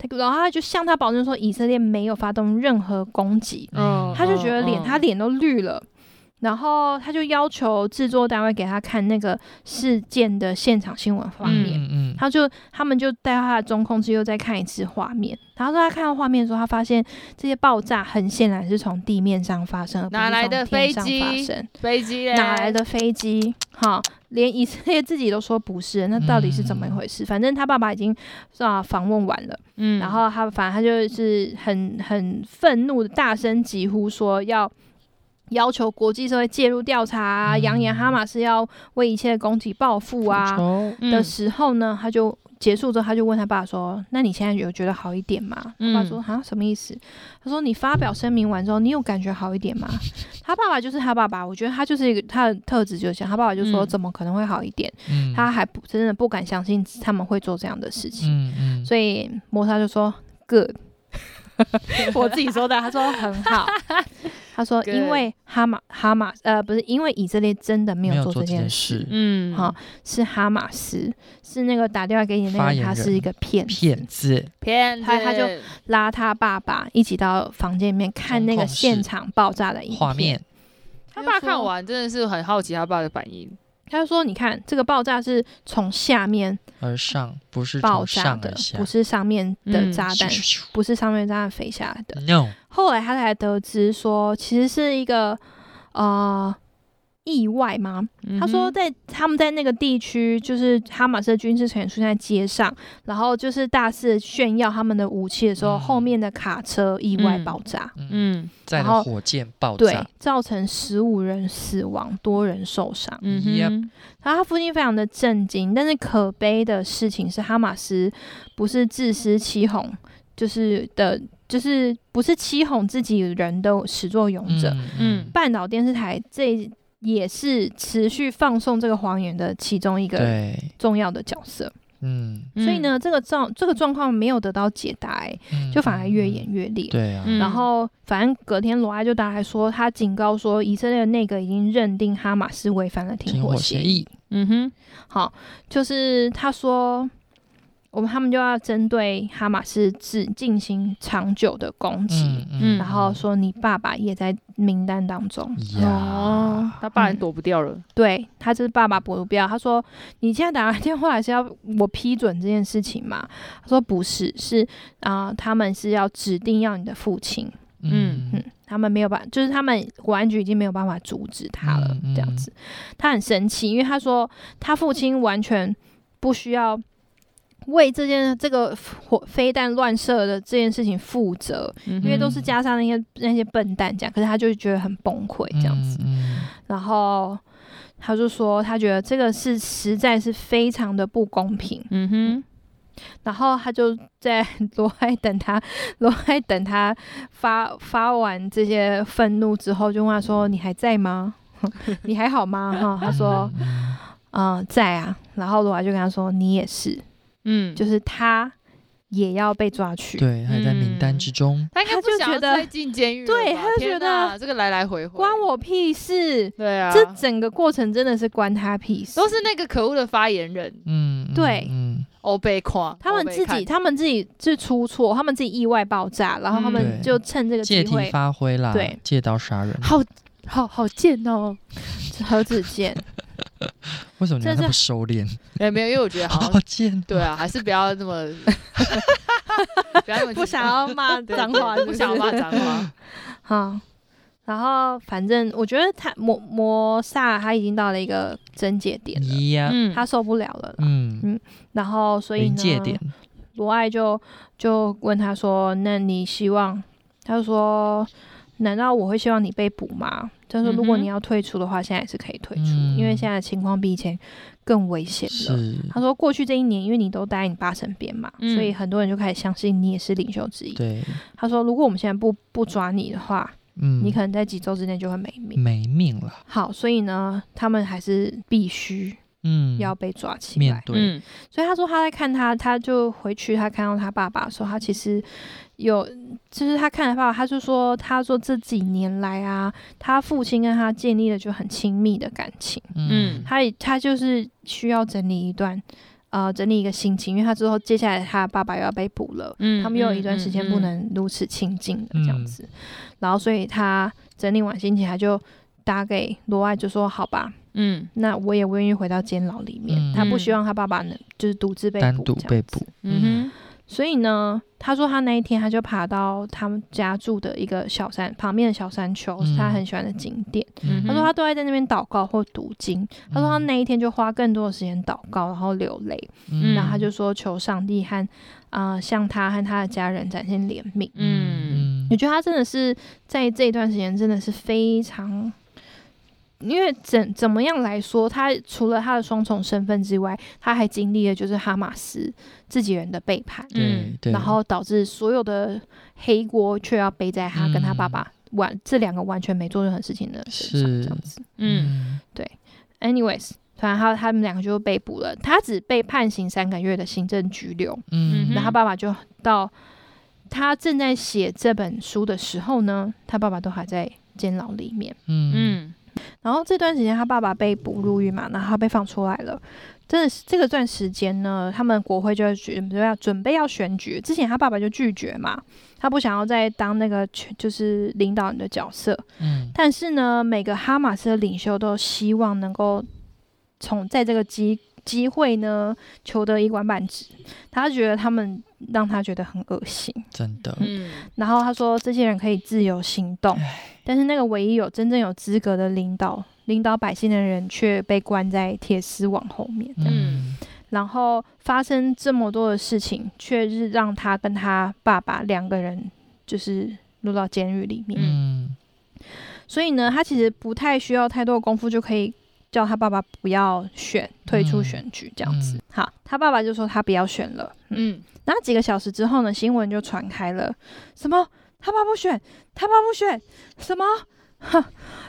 他然后他就向他保证说，以色列没有发动任何攻击。
嗯
哦他就觉得脸，
嗯
他脸都绿了。然后他就要求制作单位给他看那个事件的现场新闻画
嗯
面。
嗯嗯
他就他们就带他的中控室又再看一次画面。然后他看到画面的时候，他发现这些爆炸很显然是从地面上发生，而不是
哪来的
从天
飞
上
机
发生？
飞机嘞
哪来？的飞机？哈，连以色列自己都说不是，那到底是怎么一回事？反正他爸爸已经啊访问完了，
嗯
然后他反正他就是很很愤怒的大声疾呼说要。要求国际社会介入调查、啊，
嗯
扬言哈马斯要为一切的攻击报复啊
嗯
的
嗯
时候呢，他就结束之后，他就问他爸说：“那你现在有觉得好一点吗？”他
嗯
爸说：“啊，什么意思？”他说：“你发表声明完之后，你有感觉好一点吗？”他爸爸就是他爸爸，我觉得他就是一个他的特质就是这样。他爸爸就说：“
嗯
怎么可能会好一点？”
嗯
他还不真的不敢相信他们会做这样的事情。
嗯嗯，
所以摩萨就说 good，我自己说的，他说很好，他说
Good
因为哈马哈马呃不是因为以色列真的没有做这件事，
事，
嗯
好是哈马斯是那个打电话给你那
发
个人，
言
他
人
是一个骗子
骗子，
骗子，
他他就拉他爸爸一起到房间里面看那个
中控室
现场爆炸的影片
画面，
他爸
就说
看完真的是很好奇他爸的反应，
他就说你看这个爆炸是从下面
而上不是
爆炸
从上
的
而，下，
不是上面的
嗯
炸弹，不是上面的炸弹飞下来的。
No，
后来他才得知说，其实是一个呃意外吗？
嗯
嗯
他说在他们在那个地区，就是哈马斯的军事成员出现在街上，然后就是大肆炫耀他们的武器的时候，
嗯
后面的卡车意外
嗯
爆炸，
嗯，
嗯
在
然后
的火箭爆
对
炸，，
造成十五人死亡，多人受伤。
嗯哼
Yep
然后他父亲非常的震惊，但是可悲的事情是，哈马斯不是自食其哄，就是的，就是不是欺哄自己人的始作俑者。
嗯
半岛电视台这也是持续放送这个谎言的其中一个
对，
重要的角色。
嗯，
所以，呢，这个状这个状况没有得到解答、欸，
嗯
就反而越演
嗯
越烈。
对啊，
嗯
然后，反正隔天罗埃就打来说，他警告说，以色列的内阁已经认定哈马斯违反了停
停
火
火
协
协
议。
议，
嗯哼，
好，就是他说，我们他们就要针对哈马斯制进行长久的攻击。
嗯
然后说你爸爸也在名单当中，
哦
呀，，
他爸也躲不掉了，
对他就是爸爸不要，他说你现在打来电话来是要我批准这件事情吗？他说不是，是啊、他们是要指定要你的父亲，
嗯
嗯，他们没有办，就是他们国安局已经没有办法阻止他了，
嗯
这样子，他很生气，因为他说他父亲完全不需要为这件这个火飞弹乱射的这件事情负责，
因
因为
嗯
都是加上那些那些笨蛋这样，可是他就觉得很崩溃这样子，
嗯，
然后他就说他觉得这个是实在是非常的不公平，
嗯哼，
然后他就在 罗海等他，罗海等他发发完这些愤怒之后，就问他说：“你还在吗？ 你还好吗？”哈，他说
嗯，：“
嗯、在啊。”然后罗海就跟他说：“你也是，
嗯，
就是是他也要被抓去。”
对，还在名
嗯
单之中，
他应该
他
不
就
想
觉
要
得
再进监狱了吧，
对他就
天
觉得
哪这个来来回回
关，我屁事！
对啊，
这整个过程真的是关他屁事，
都是那个可恶的发言人
嗯，
对
嗯，
欧被夸，
他们
欧被
自
看
己，他们自己是出错，他们自己意外爆炸，然后他们
嗯对
就趁这个
借
机
题
会
发挥啦，
对
借刀杀人，
好好好贱哦，
核子见。
为什么你
这
们
是
那么收敛？
没没有，因为我觉得 好像
好贱，
对啊，还是不要那 么，不要那么
不想要骂
对
脏话，
不想 骂脏话。
好，然后反正我觉得他摩摩萨他已经到了一个症结点了，
一呀，
嗯
他受不了了啦。
嗯，
然后所以
临
呢，
界点，
罗爱就就问他说：“那你希望？”他就说：“难道我会希望你被捕吗？”他说：“如果
嗯哼
你要退出的话，现在也是可以退出，
嗯
因为现在的情况比以前更危险了。”
是，
他说：“过去这一年，因为你都待在你爸身边嘛，
嗯
所以很多人就开始相信你也是领袖之一。
对，”
他说：“如果我们现在不不抓你的话，
嗯，
你可能在几周之内就会没命。
没命了，
好，所以呢，他们还是必须
嗯，
要被抓起来
面。对，
嗯
所以他说他在看他，他就回去，他看到他爸爸的时候，他其实有，就是他看他爸爸，他就说，他说这几年来啊，他父亲跟他建立了就很亲密的感情，
嗯
他也他就是需要整理一段，呃，整理一个心情，因为他之后接下来他爸爸又要被捕了，
嗯
他们又有一段时间
嗯嗯嗯
不，
嗯
能如此亲近的这样子，然后所以他整理完心情，他就打给罗爱，就说好吧，
嗯
那我也不愿意回到监牢里面。
嗯
他不希望他爸爸能就是独自被捕
单独
这样
被
子
捕，
嗯
所以呢，他说他那一天他就爬到他们家住的一个小山旁边的小山丘，
嗯
是他很喜欢的景点。
嗯
他说他都会在那边祷告或读经。
嗯
他说他那一天就花更多的时间祷告，然后流泪。
嗯
然后他就说求上帝和啊、呃向他和他的家人展现怜悯。
嗯
我觉得他真的是在这一段时间真的是非常，因为怎怎么样来说，他除了他的双重身份之外，他还经历了就是哈马斯自己人的背叛，
对
嗯
对，
然后导致所有的黑锅却要背在他跟他爸爸完、这两个完全没做任何事情的身上，
嗯是
这样子。
嗯
Anyways，反正他他们两个就被捕了，他只被判刑三个月的行政拘留。
嗯
然后他爸爸就到他正在写这本书的时候呢，他爸爸都还在监牢里面。
嗯
嗯
然后这段时间他爸爸被捕入狱嘛，然后他被放出来了。真的是这个段时间呢，他们国会就要准备要准备要选举。之前他爸爸就拒绝嘛，他不想要再当那个全就是领导人的角色。
嗯
但是呢，每个哈马斯的领袖都希望能够从在这个机机会呢求得一官半职。他觉得他们让他觉得很恶心。
真的，
嗯
然后他说，这些人可以自由行
嗯
动，但是那个唯一有真正有资格的领导领导百姓的人，却被关在铁丝网后面。这样
嗯
嗯
然后发生这么多的事情，却是让他跟他爸爸两个人就是落到监狱里面。
嗯
所以呢，他其实不太需要太多的功夫就可以叫他爸爸不要选，退出
嗯
选举这样子。
嗯
好，他爸爸就说他不要选了。嗯，
嗯
那几个小时之后呢，新闻就传开了，什么他爸不选，他爸不选，什么？ 哼，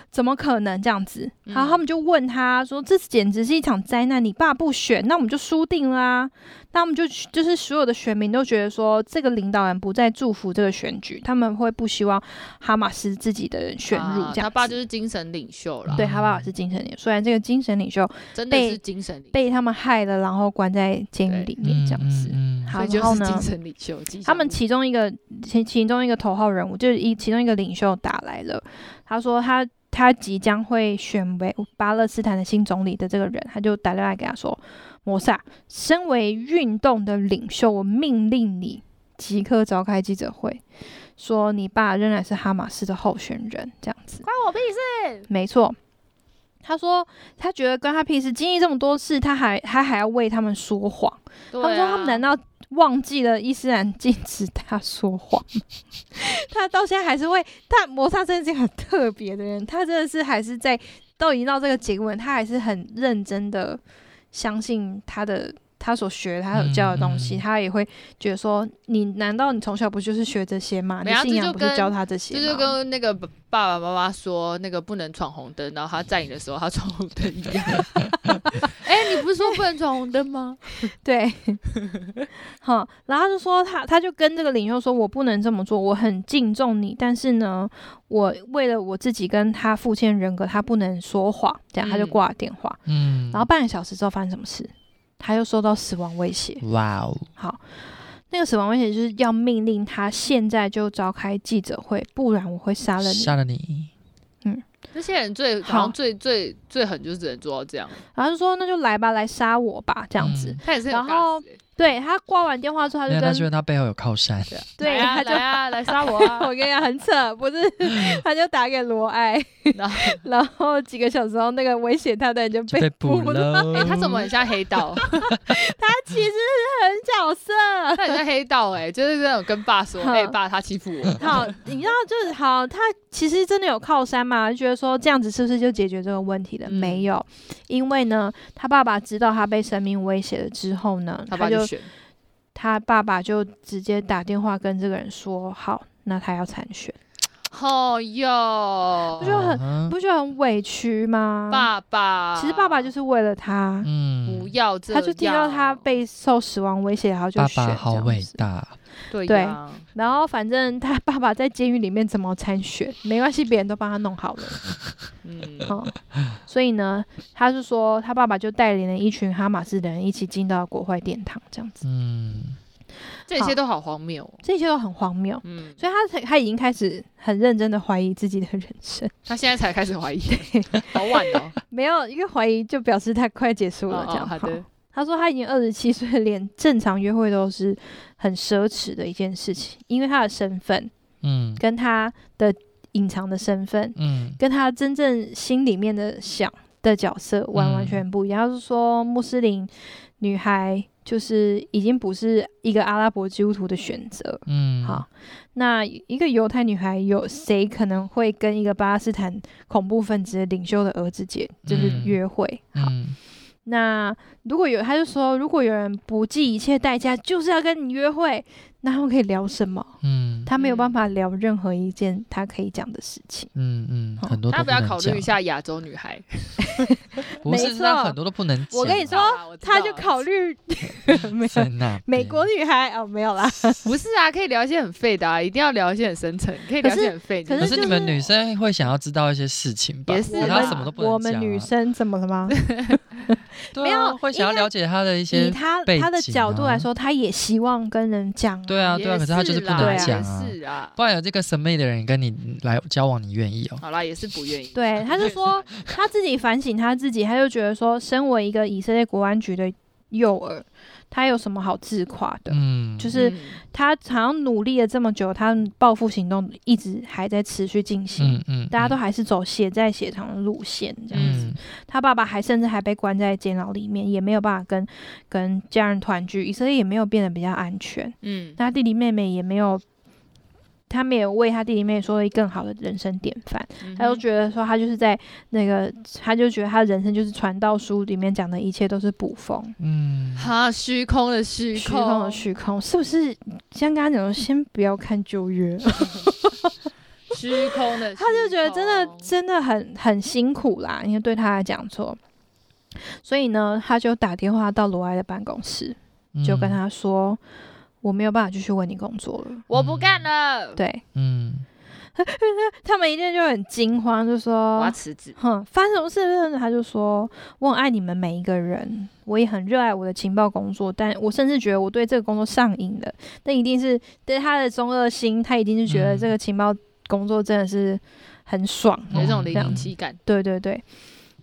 怎么可能这样子？
嗯
然后他们就问他说：“这简直是一场灾难！你爸不选，那我们就输定啦、那我们就就是所有的选民都觉得说，这个领导人不再祝福这个选举，他们会不希望哈马斯自己的人选入
啊
这样子、
他爸就是精神领袖了，
对他爸爸是精神领袖，虽然这个精神领袖
真的是精神领袖，
被他们害了，然后关在监狱里面这样子。
嗯
所
好
以
然后
就是
呢
精神领袖。吉祥
他们
物
其中一个其其中一个头号人物，就是一其中一个领袖打来了，他说他他即将会选为巴勒斯坦的新总理的这个人，他就打电话给他说：“摩萨，身为运动的领袖，我命令你即刻召开记者会，说你爸仍然是哈马斯的候选人，这样子关我屁事。”没错。他说，他觉得关他屁事，经历这么多事，他还他还要为他们说谎。
对
他们说
啊
他们难道忘记了伊斯兰禁止他说谎？ 他到现在还是会，他摩萨真的是一个很特别的人，他真的是还是在都已经到这个结论，他还是很认真的相信他的。他所学，他有教的东西，
嗯嗯
他也会觉得说：你难道你从小不就是学这些吗？
没
你
有啊
信仰
这就
不
跟
是教他这些
这
吗？
就跟那个爸爸妈妈说那个不能闯红灯，然后他载你的时候他闯红灯一样。 哎、你不是说不能闯红灯吗？
对， 好，然后他就说他他就跟这个领袖说，我不能这么做，我很敬重你，但是呢，我为了我自己跟他父亲的人格，他不能说谎，这样他就
嗯
挂了电话。
嗯，
然后半个小时之后发生什么事？他又收到死亡威胁，
哇哦，
好，那个死亡威胁就是要命令他现在就召开记者会，不然我会杀了你。
杀了你，
那些人最好像最最最狠，就是只能做到这样。
然后就说那就来吧，来杀我吧，这样子。
嗯
他也是很
然后
guts 欸
对他挂完电话之后，他
没
就
有，那
跟
是因为他背后有靠山。
对
来啊
他就
来啊来杀我啊
我！跟你讲很扯，不是，他就打给罗爱，
然后
然后几个小时后，那个威胁他的人就
就
被
被捕
捕了。
了。
哎，他怎么很像黑道？
他其实是很角色，
他很像黑道哎，就是那种跟爸说，
哼
哎爸，他欺负 我。
好，你知道就是好，他其实真的有靠山嘛，就觉得说这样子是不是就解决这个问题了？
嗯
没有，因为呢，他爸爸知道他被生命威胁了之后呢，
他
他
爸就
就
选，
他爸爸就直接打电话跟这个人说，好，那他要参选，
哦哟
不，就很
很
不觉得很委屈吗？，
爸爸，
其实爸爸就是为了他，
嗯
不，要这
他
样，
就听到他被受死亡威胁，然后就
爸
选
爸好
这样
伟
子
大，
对
对
呀
然后反正他爸爸在监狱里面怎么参选，没关系，别人都帮他弄 好了。
嗯，
嗯，所以呢，他是说他爸爸就带领了一群哈马斯的人一起进到国会殿堂，这样子，
嗯，
这些都好荒谬哦。
这些都很荒谬。
嗯，
所以他才他已经开始很认真的怀疑自己的人 生，
他现在才开始怀疑， 好晚 哦。
没有一个怀疑就表示他快结束了
哦
这样。
哦好的，
他说他已经二十七岁，连正常约会都是很奢侈的一件事情，因为他的身份
嗯
跟他的隐藏的身份
嗯
跟他真正心里面的想的角色
嗯
完完全不一样。他是说穆斯林女孩就是已经不是一个阿拉伯基督徒的选择。
嗯，
好，那一个犹太女孩有谁可能会跟一个巴勒斯坦恐怖分子的领袖的儿子结就是
嗯
约会？好，
嗯，
那如果有他就说，如果有人不计一切代价就是要跟你约会，那他们可以聊什么？
嗯
他没有
嗯
办法聊任何一件他可以讲的事情。
嗯嗯，
好
很多
大家
都
不
不
要
能
考虑一
讲，
下亚洲女孩。
哦
不
没
是，
错
那很多都不能讲啊。
我跟你说
啊我知道
他就考 虑没有
在那
美
边
国女孩哦，没有啦，
不是啊，可以聊一些很废的啊，一定要聊一些很深层，可以聊一些很废。
可
可
是
是
就
你们
是
女生会想要知道一些事情吧？
也是
可
啦
她什么都不能
我
讲
们
啊
女生怎么了吗？
对
没
啊
有
会想要
应该
了解她的一
以
些，
她
背
她的
景
角度来
啊
说，她也希望跟人讲。
对啊对啊，可是她就是不能
也
啦
讲啊
啦。也是啊，
不然有这个神秘的人跟你来交往，你愿意哦？
好啦，也是不愿意。
对，她就 说她自己反省她自己，她就觉得说，身为一个以色列国安局的诱饵，她有什么好自夸的？
嗯，
就是
嗯，
她好像努力了这么久，她报复行动一直还在持续进行，
嗯嗯，
大家都还是走血债血偿的路线，这样子。
嗯
他爸爸还甚至还被关在监牢里面，也没有办法跟跟家人团聚，以色列也没有变得比较安全。
嗯，
那他弟弟妹妹也没有，他们也为他弟弟妹妹说了更好的人生典范。
嗯
他就觉得说，他就是在那个，他就觉得他人生就是传道书里面讲的一切都是捕风。
嗯，
哈虚空的虚
虚空的虚空，是不是像刚刚讲的，先不要看旧约，
虚空的虚空，他
他就觉得真的真的很很辛苦啦，因为对他来讲说，所以呢，他就打电话到罗埃的办公室， 就
嗯
嗯
跟他说：“我没有办法继续为你工作了。
我不干了，”
对
嗯，
他们一定就很惊慌，就
我要
说
辞职：“。
哼，发生什么事？”他就说：“我很爱你们每一个人，我也很热爱我的情报工作，但我甚至觉得我对这个工作上瘾了。但一定是对他的中二心，他一定是觉得
嗯
这个情报工作真的是很爽，
有一种
这
零
样
零七感，
对对对，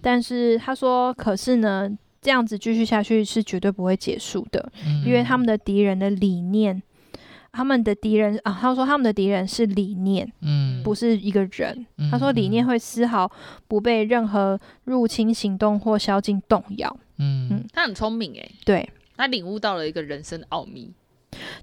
但是他说，可是呢，这样子继续下去是绝对不会结束的，
嗯
因为他们的敌人的理念，他们的敌人啊，他说他们的敌人是理念，
嗯
不是一个人。
嗯
他说理念会丝毫不被任何入侵行动或宵禁动摇。
嗯
嗯
他很聪明哎，
对
他领悟到了一个人生的奥秘，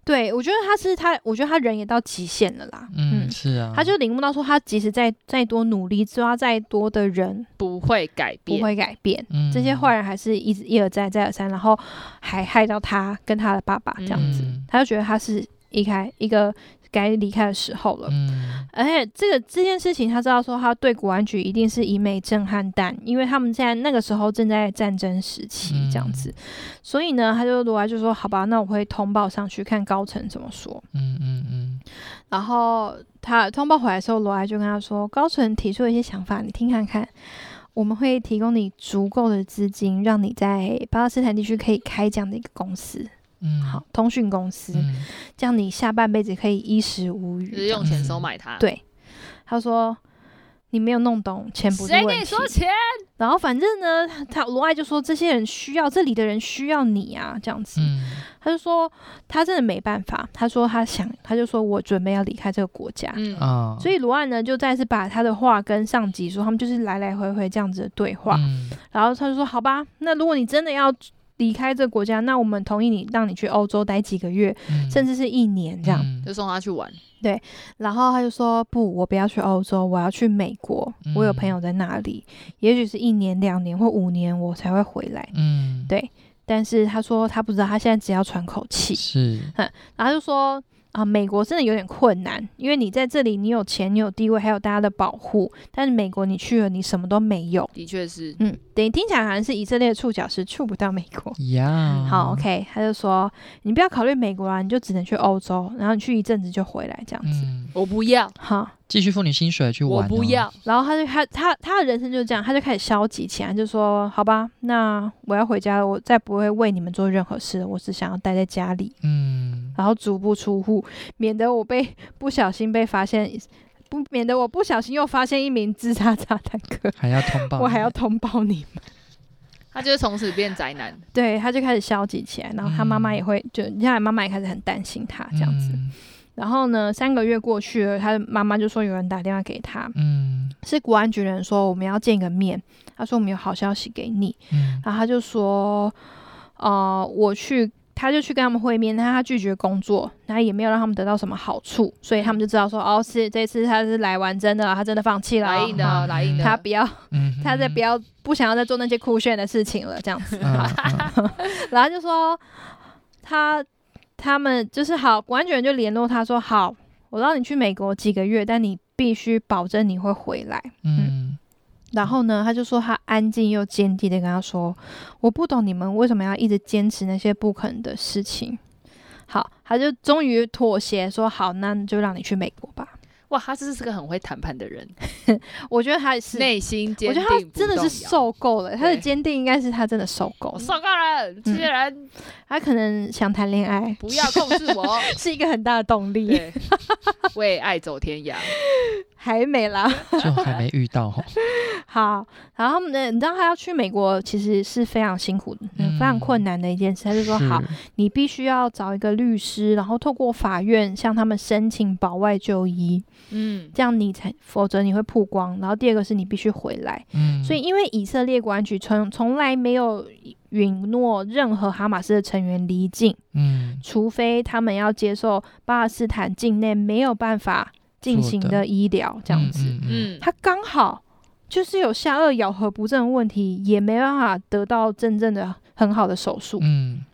对，我觉得他是他，我觉得他人也到极限了啦。嗯
嗯，是啊，
他就领悟到说，他即使再再多努力，抓再多的人
不会改
不
变，
会改变。
嗯
这些坏人还是一直一而再再而三，然后还害到他跟他的爸爸这样子，
嗯
他就觉得他是一开一个该离开的时候了。
嗯
而且这个这件事情，他知道说他对国安局一定是以美震撼弹，因为他们现在那个时候正在战争时期这样子，所以呢，他就罗莱就说：“好吧，那我会通报上去看高层怎么说。”
嗯嗯嗯
然后他通报回来的时候，罗埃就跟他说：“高层提出了一些想法，你听看看。我们会提供你足够的资金，让你在巴勒斯坦地区可以开这样的一个公司，
嗯，
好，通讯公司，
嗯，
这样你下半辈子可以衣食无
就是
虞。
啊用钱收买他。
对”他说：“你没有弄懂钱不是
谁
问
跟
题
你。说钱？
然后反正呢，他罗爱就说这些人需要，这里的人需要你啊，这样子。
嗯，
他就说他真的没办法，他说他想，他就说我准备要离开这个国家。
嗯
啊，
所以罗爱呢，就再次把他的话跟上级说，他们就是来来回回这样子的对话。
嗯
然后他就说：“好吧，那如果你真的要离开这个国家，那我们同意你，让你去欧洲待几个月，
嗯
甚至是一年这样。
嗯
就送他去玩。
然后他就说：“不，我不要去欧洲，我要去美国，
嗯
我有朋友在那里，也许是一年、两年或五年，我才会回来。
嗯，
对但是他说他不知道，他现在只要喘口气。
是，
然后他就说啊，美国真的有点困难，因为你在这里，你有钱，你有地位，还有大家的保护，但是美国你去了，你什么都没有。
的确是，
嗯，等于听起来好像是以色列的触角是触不到美国。
呀，
好，OK，他就说你不要考虑美国啊啦，你就只能去欧洲，然后你去一阵子就回来这样子。
嗯，
我不要，
好，
继续付你薪水去
我
玩，啊哦
不要，，
然后他就他他他的人生就是这样，他就开始消极起来，就说好吧，那我要回家了，我再不会为你们做任何事了，我只想要待在家里。
嗯，
然后足不出户，免得我被不小心被发现， 不免得我不小心又发现一名自杀炸弹客，
还要通报你，
我还要通报你们。
他就是从此变宅男。
对，他就开始消极起来，然后他妈妈也会，就接下来妈妈也开始很担心他这样子。嗯然后呢，三个月过去了，他的妈妈就说有人打电话给他，
嗯，
是国安局的人说我们要见个面，他说我们有好消息给你，
嗯
然后他就说，呃，我去，他就去跟他们会面，但他拒绝工作，然后也没有让他们得到什么好处，所以他们就知道说，哦，是这次他是来玩真的了，他真的放弃了
来
哦，
硬的哦，
嗯
来硬的。
他不要，
嗯，嗯
他再不，要不想要再做那些酷炫的事情了，这样 子，
嗯嗯
然后就说他他们就是好，国安局人就联络他说，好，我让你去美国几个月，但你必须保证你会回来。
嗯
然后呢，他就说他安静又坚定的跟他说：“我不懂你们为什么要一直坚持那些不可能的事情。”好，他就终于妥协说：“好，那就让你去美国吧。
哇，他真的是个很会谈判的人，”
我觉得他是，
内心坚
我觉
定
得
不动摇。
他真的是受够了，他的坚定应该是他真的受够
我
了，
受够
嗯
了，这些人
他可能想谈 恋爱，
不要控制我。
是一个很大的动力。
对，为爱走天涯。
还 没啦，
嗯就还没遇到哦吼，
好，然后他们呢，你知道他要去美国其实是非常辛苦、
嗯
非常困难的一 件事，他就说
是
好。，你必须要找一个律师，然后透过法院向他们申请保外就医，
嗯，
这样你才，否则你会曝光。然后第二个是你必须回来，
嗯，
所以因为以色列国安局从从来没有允诺任何哈马斯的成员离境，
嗯，
除非他们要接受巴勒斯坦境内没有办法进行
做
的
的
医疗，这样子。，
嗯，
他刚好就是有下颚咬合不正的问题，也没办法得到真正的很好的手术。
嗯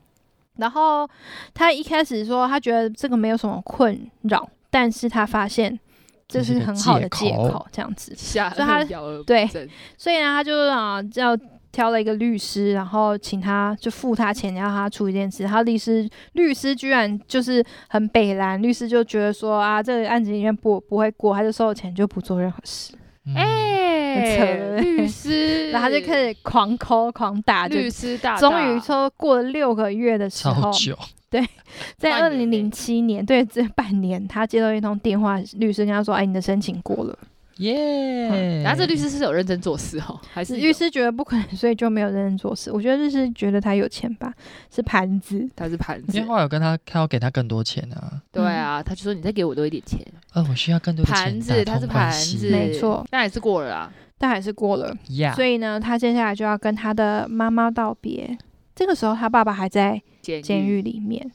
然后他一开始说他觉得这个没有什么困扰，但是他发现这是很好的借
这是个借
口
口，
这样子，
下
所以他
颚咬而不
对
正
所以呢，他就啊要挑了一个律师，然后请他就付他钱，让他处理这件事。然后律师律师居然就是很北蓝，律师就觉得说啊，这个案子里面不不会过，他就收了钱就不做任何事，
嗯，
很扯对
哎，
不对
律师，
然后他就开始狂抠狂打，就
律师大大，
终于说过了六个月的时候
超，久，
在二
半
零
年
零七年，对，这半年，他接到一通电话，律师跟他说：“哎，你的申请过了。
耶，
然后这律师是有认真做事哦，还”是
嗯律
有
师觉得不可能，所以就没有认真做事。我觉得律师觉得他有钱吧，是盘子。
他是盘
因
子
为？后来有跟他，他要给他更多钱啊，
对啊，他就说你再给我多一点钱，
呃，我需要更多的
盘
钱
子
打
他是
通
盘
关系
子，
没错，
那也是过了啦。
但还是过了。
啊
呀，
所以呢，他接下来就要跟他的妈妈道别。这个时候，他爸爸还在
监
监狱里面，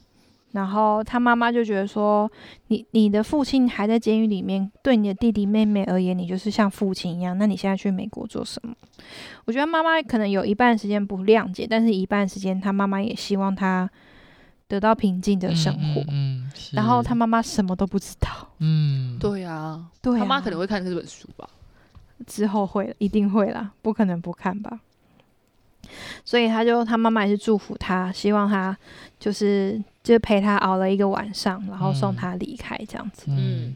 然后他妈妈就觉得说：“你你的父亲还在监狱里面，对你的弟弟妹妹而言，你就是像父亲一样。那你现在去美国做什么？”我觉得妈妈可能有一半时间不谅解，但是一半时间他妈妈也希望他得到平静的生活。
嗯，嗯嗯
然后他
是
妈妈什么都不知道，
嗯，
对啊，
对、
他妈可能会看这本书吧。
之后会了，一定会啦，不可能不看吧。所以他就他妈妈也是祝福他，希望他就是就陪他熬了一个晚上，然后送
嗯
他离开这样子。
嗯，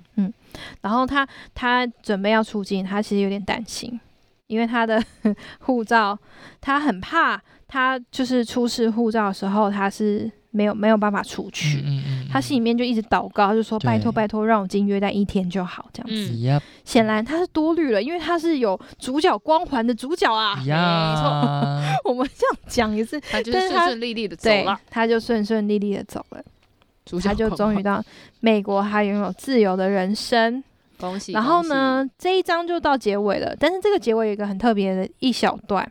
然后他他准备要出境，他其实有点担心，因为他的 护照，他很怕他就是出示护照的时候他是没有没有办法出去，
嗯嗯嗯，
他心里面就一直祷告，就说
对
拜托拜托，让我进约旦一天就好，这样子。
嗯，
呀
显然他是多虑了，因为他是有主角光环的主角啊。
呀，
我们这样讲也是，
他就是
但是
顺
他
顺利利的走
对
了，，
他就顺顺利利的走了，
主角
他就
狂
终于
欢
到美国，他拥有自由的人生。
恭喜。
然后呢，这一章就到结尾了。但是这个结尾有一个很特别的一小段，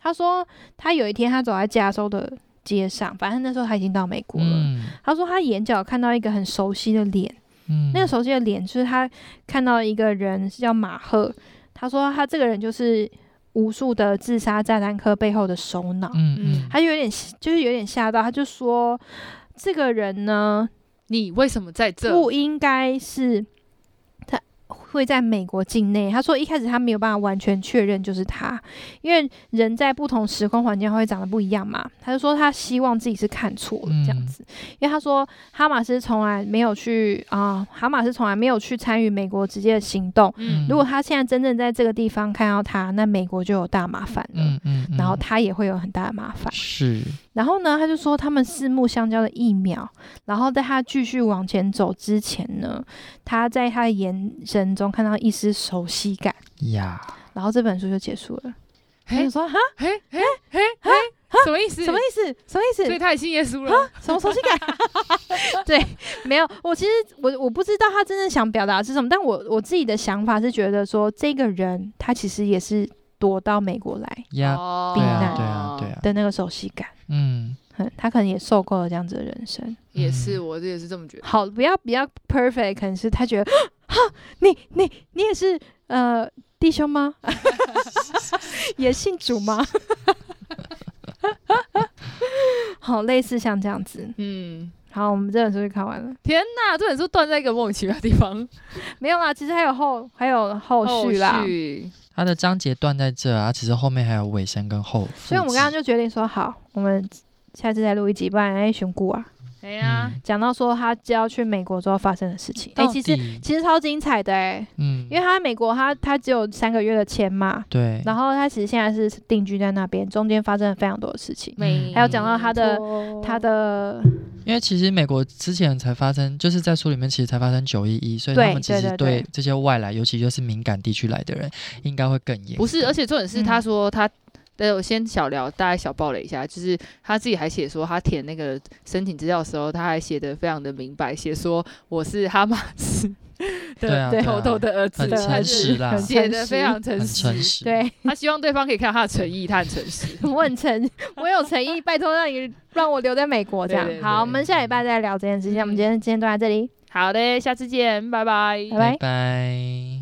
他说他有一天他走在加州的街上，反正那时候他已经到美国了。
嗯
他说他眼角看到一个很熟悉的脸，
嗯，
那个熟悉的脸就是他看到一个人是叫马赫，他说他这个人就是无数的自杀炸弹客背后的首脑，
嗯
嗯嗯，
他就有点就是有点吓到，他就说这个人呢
恭喜你为什么在这？
不应该是他会在美国境内。他说一开始他没有办法完全确认就是他，因为人在不同时空环境会长得不一样嘛。他就说他希望自己是看错了这样
嗯
子，因为他说哈马斯从来没有去啊、哈马斯从来没有去参与美国直接的行动。
嗯
嗯
如果他现在真正在这个地方看到他，那美国就有大麻烦了，
嗯嗯，嗯
然后他也会有很大的麻烦。
是
然后呢，他就说他们四目相交的一秒，然后在他继续往前走之前呢，他在他的眼神中看到一丝熟悉感，
呀，
然后这本书就结束了。他
嘿
就说哈，
嘿嘿嘿嘿，什么意思？
什么意思？什么意
所以
思？
他也信耶稣了。
什么熟悉感？ 对，没有。我其实我我不知道他真正想表达的是什么，但我我自己的想法是觉得说，这个人他其实也是躲到美国来
呀，
哦
对
避
啊
难
对啊对，啊，
的那个熟悉感，
嗯，
嗯，他可能也受够了这样子的人生。
也是，我也是这么觉得。
好，不要比较 perfect，可能是他觉得，啊哈，你你你也是呃弟兄吗？ 也信主吗？ 好，类似像这样子。
嗯，
好，我们这本书就看完了，
天哪，这本书断在一个莫名其妙的地方。
没有啦，其实还有后还有后续啦。
续
它的章节断在这啊，其实后面还有尾声跟后，
所以我们刚刚
就
就决定说，好，我们下次再录一集，不然哎，选股啊，
哎呀，
嗯
讲到说他就要去美国之后发生的事情，哎、其实
实
其实超精彩的哎、
嗯，
因为他在美国他他只有三个月的钱嘛，
对，嗯
然后他其实现在是定居在那边，中间发生了非常多的事情，
嗯
没
还有讲到他的
哦
错
他的
因为其实美国之前才发生，就是在书里面其实才发生九一一，所以
对
他们其
对
实
对对
对这些外来，尤其就是敏感地区来的人，应该会更严格。
不是，而且重点是他
嗯
说他。呃，我先小聊，大概小爆了一下，就是他自己还写说，他填那个申请资料的时候，他还写的非常的明白，写说我是哈马 斯
对啊
的
对啊
头头的儿子，
很
他
诚
是
实啦
很
写
诚
的
实
非常诚
很诚
实，
实，，
对
他希望对方可以看到他的诚意，他很诚实。
我很诚，我有诚意，拜托让你让我留在美国这样。
对对对
好，我们下礼拜再聊这件事情，我们今天今天都到这里，
嗯好的，下次见，拜拜。
拜拜
拜。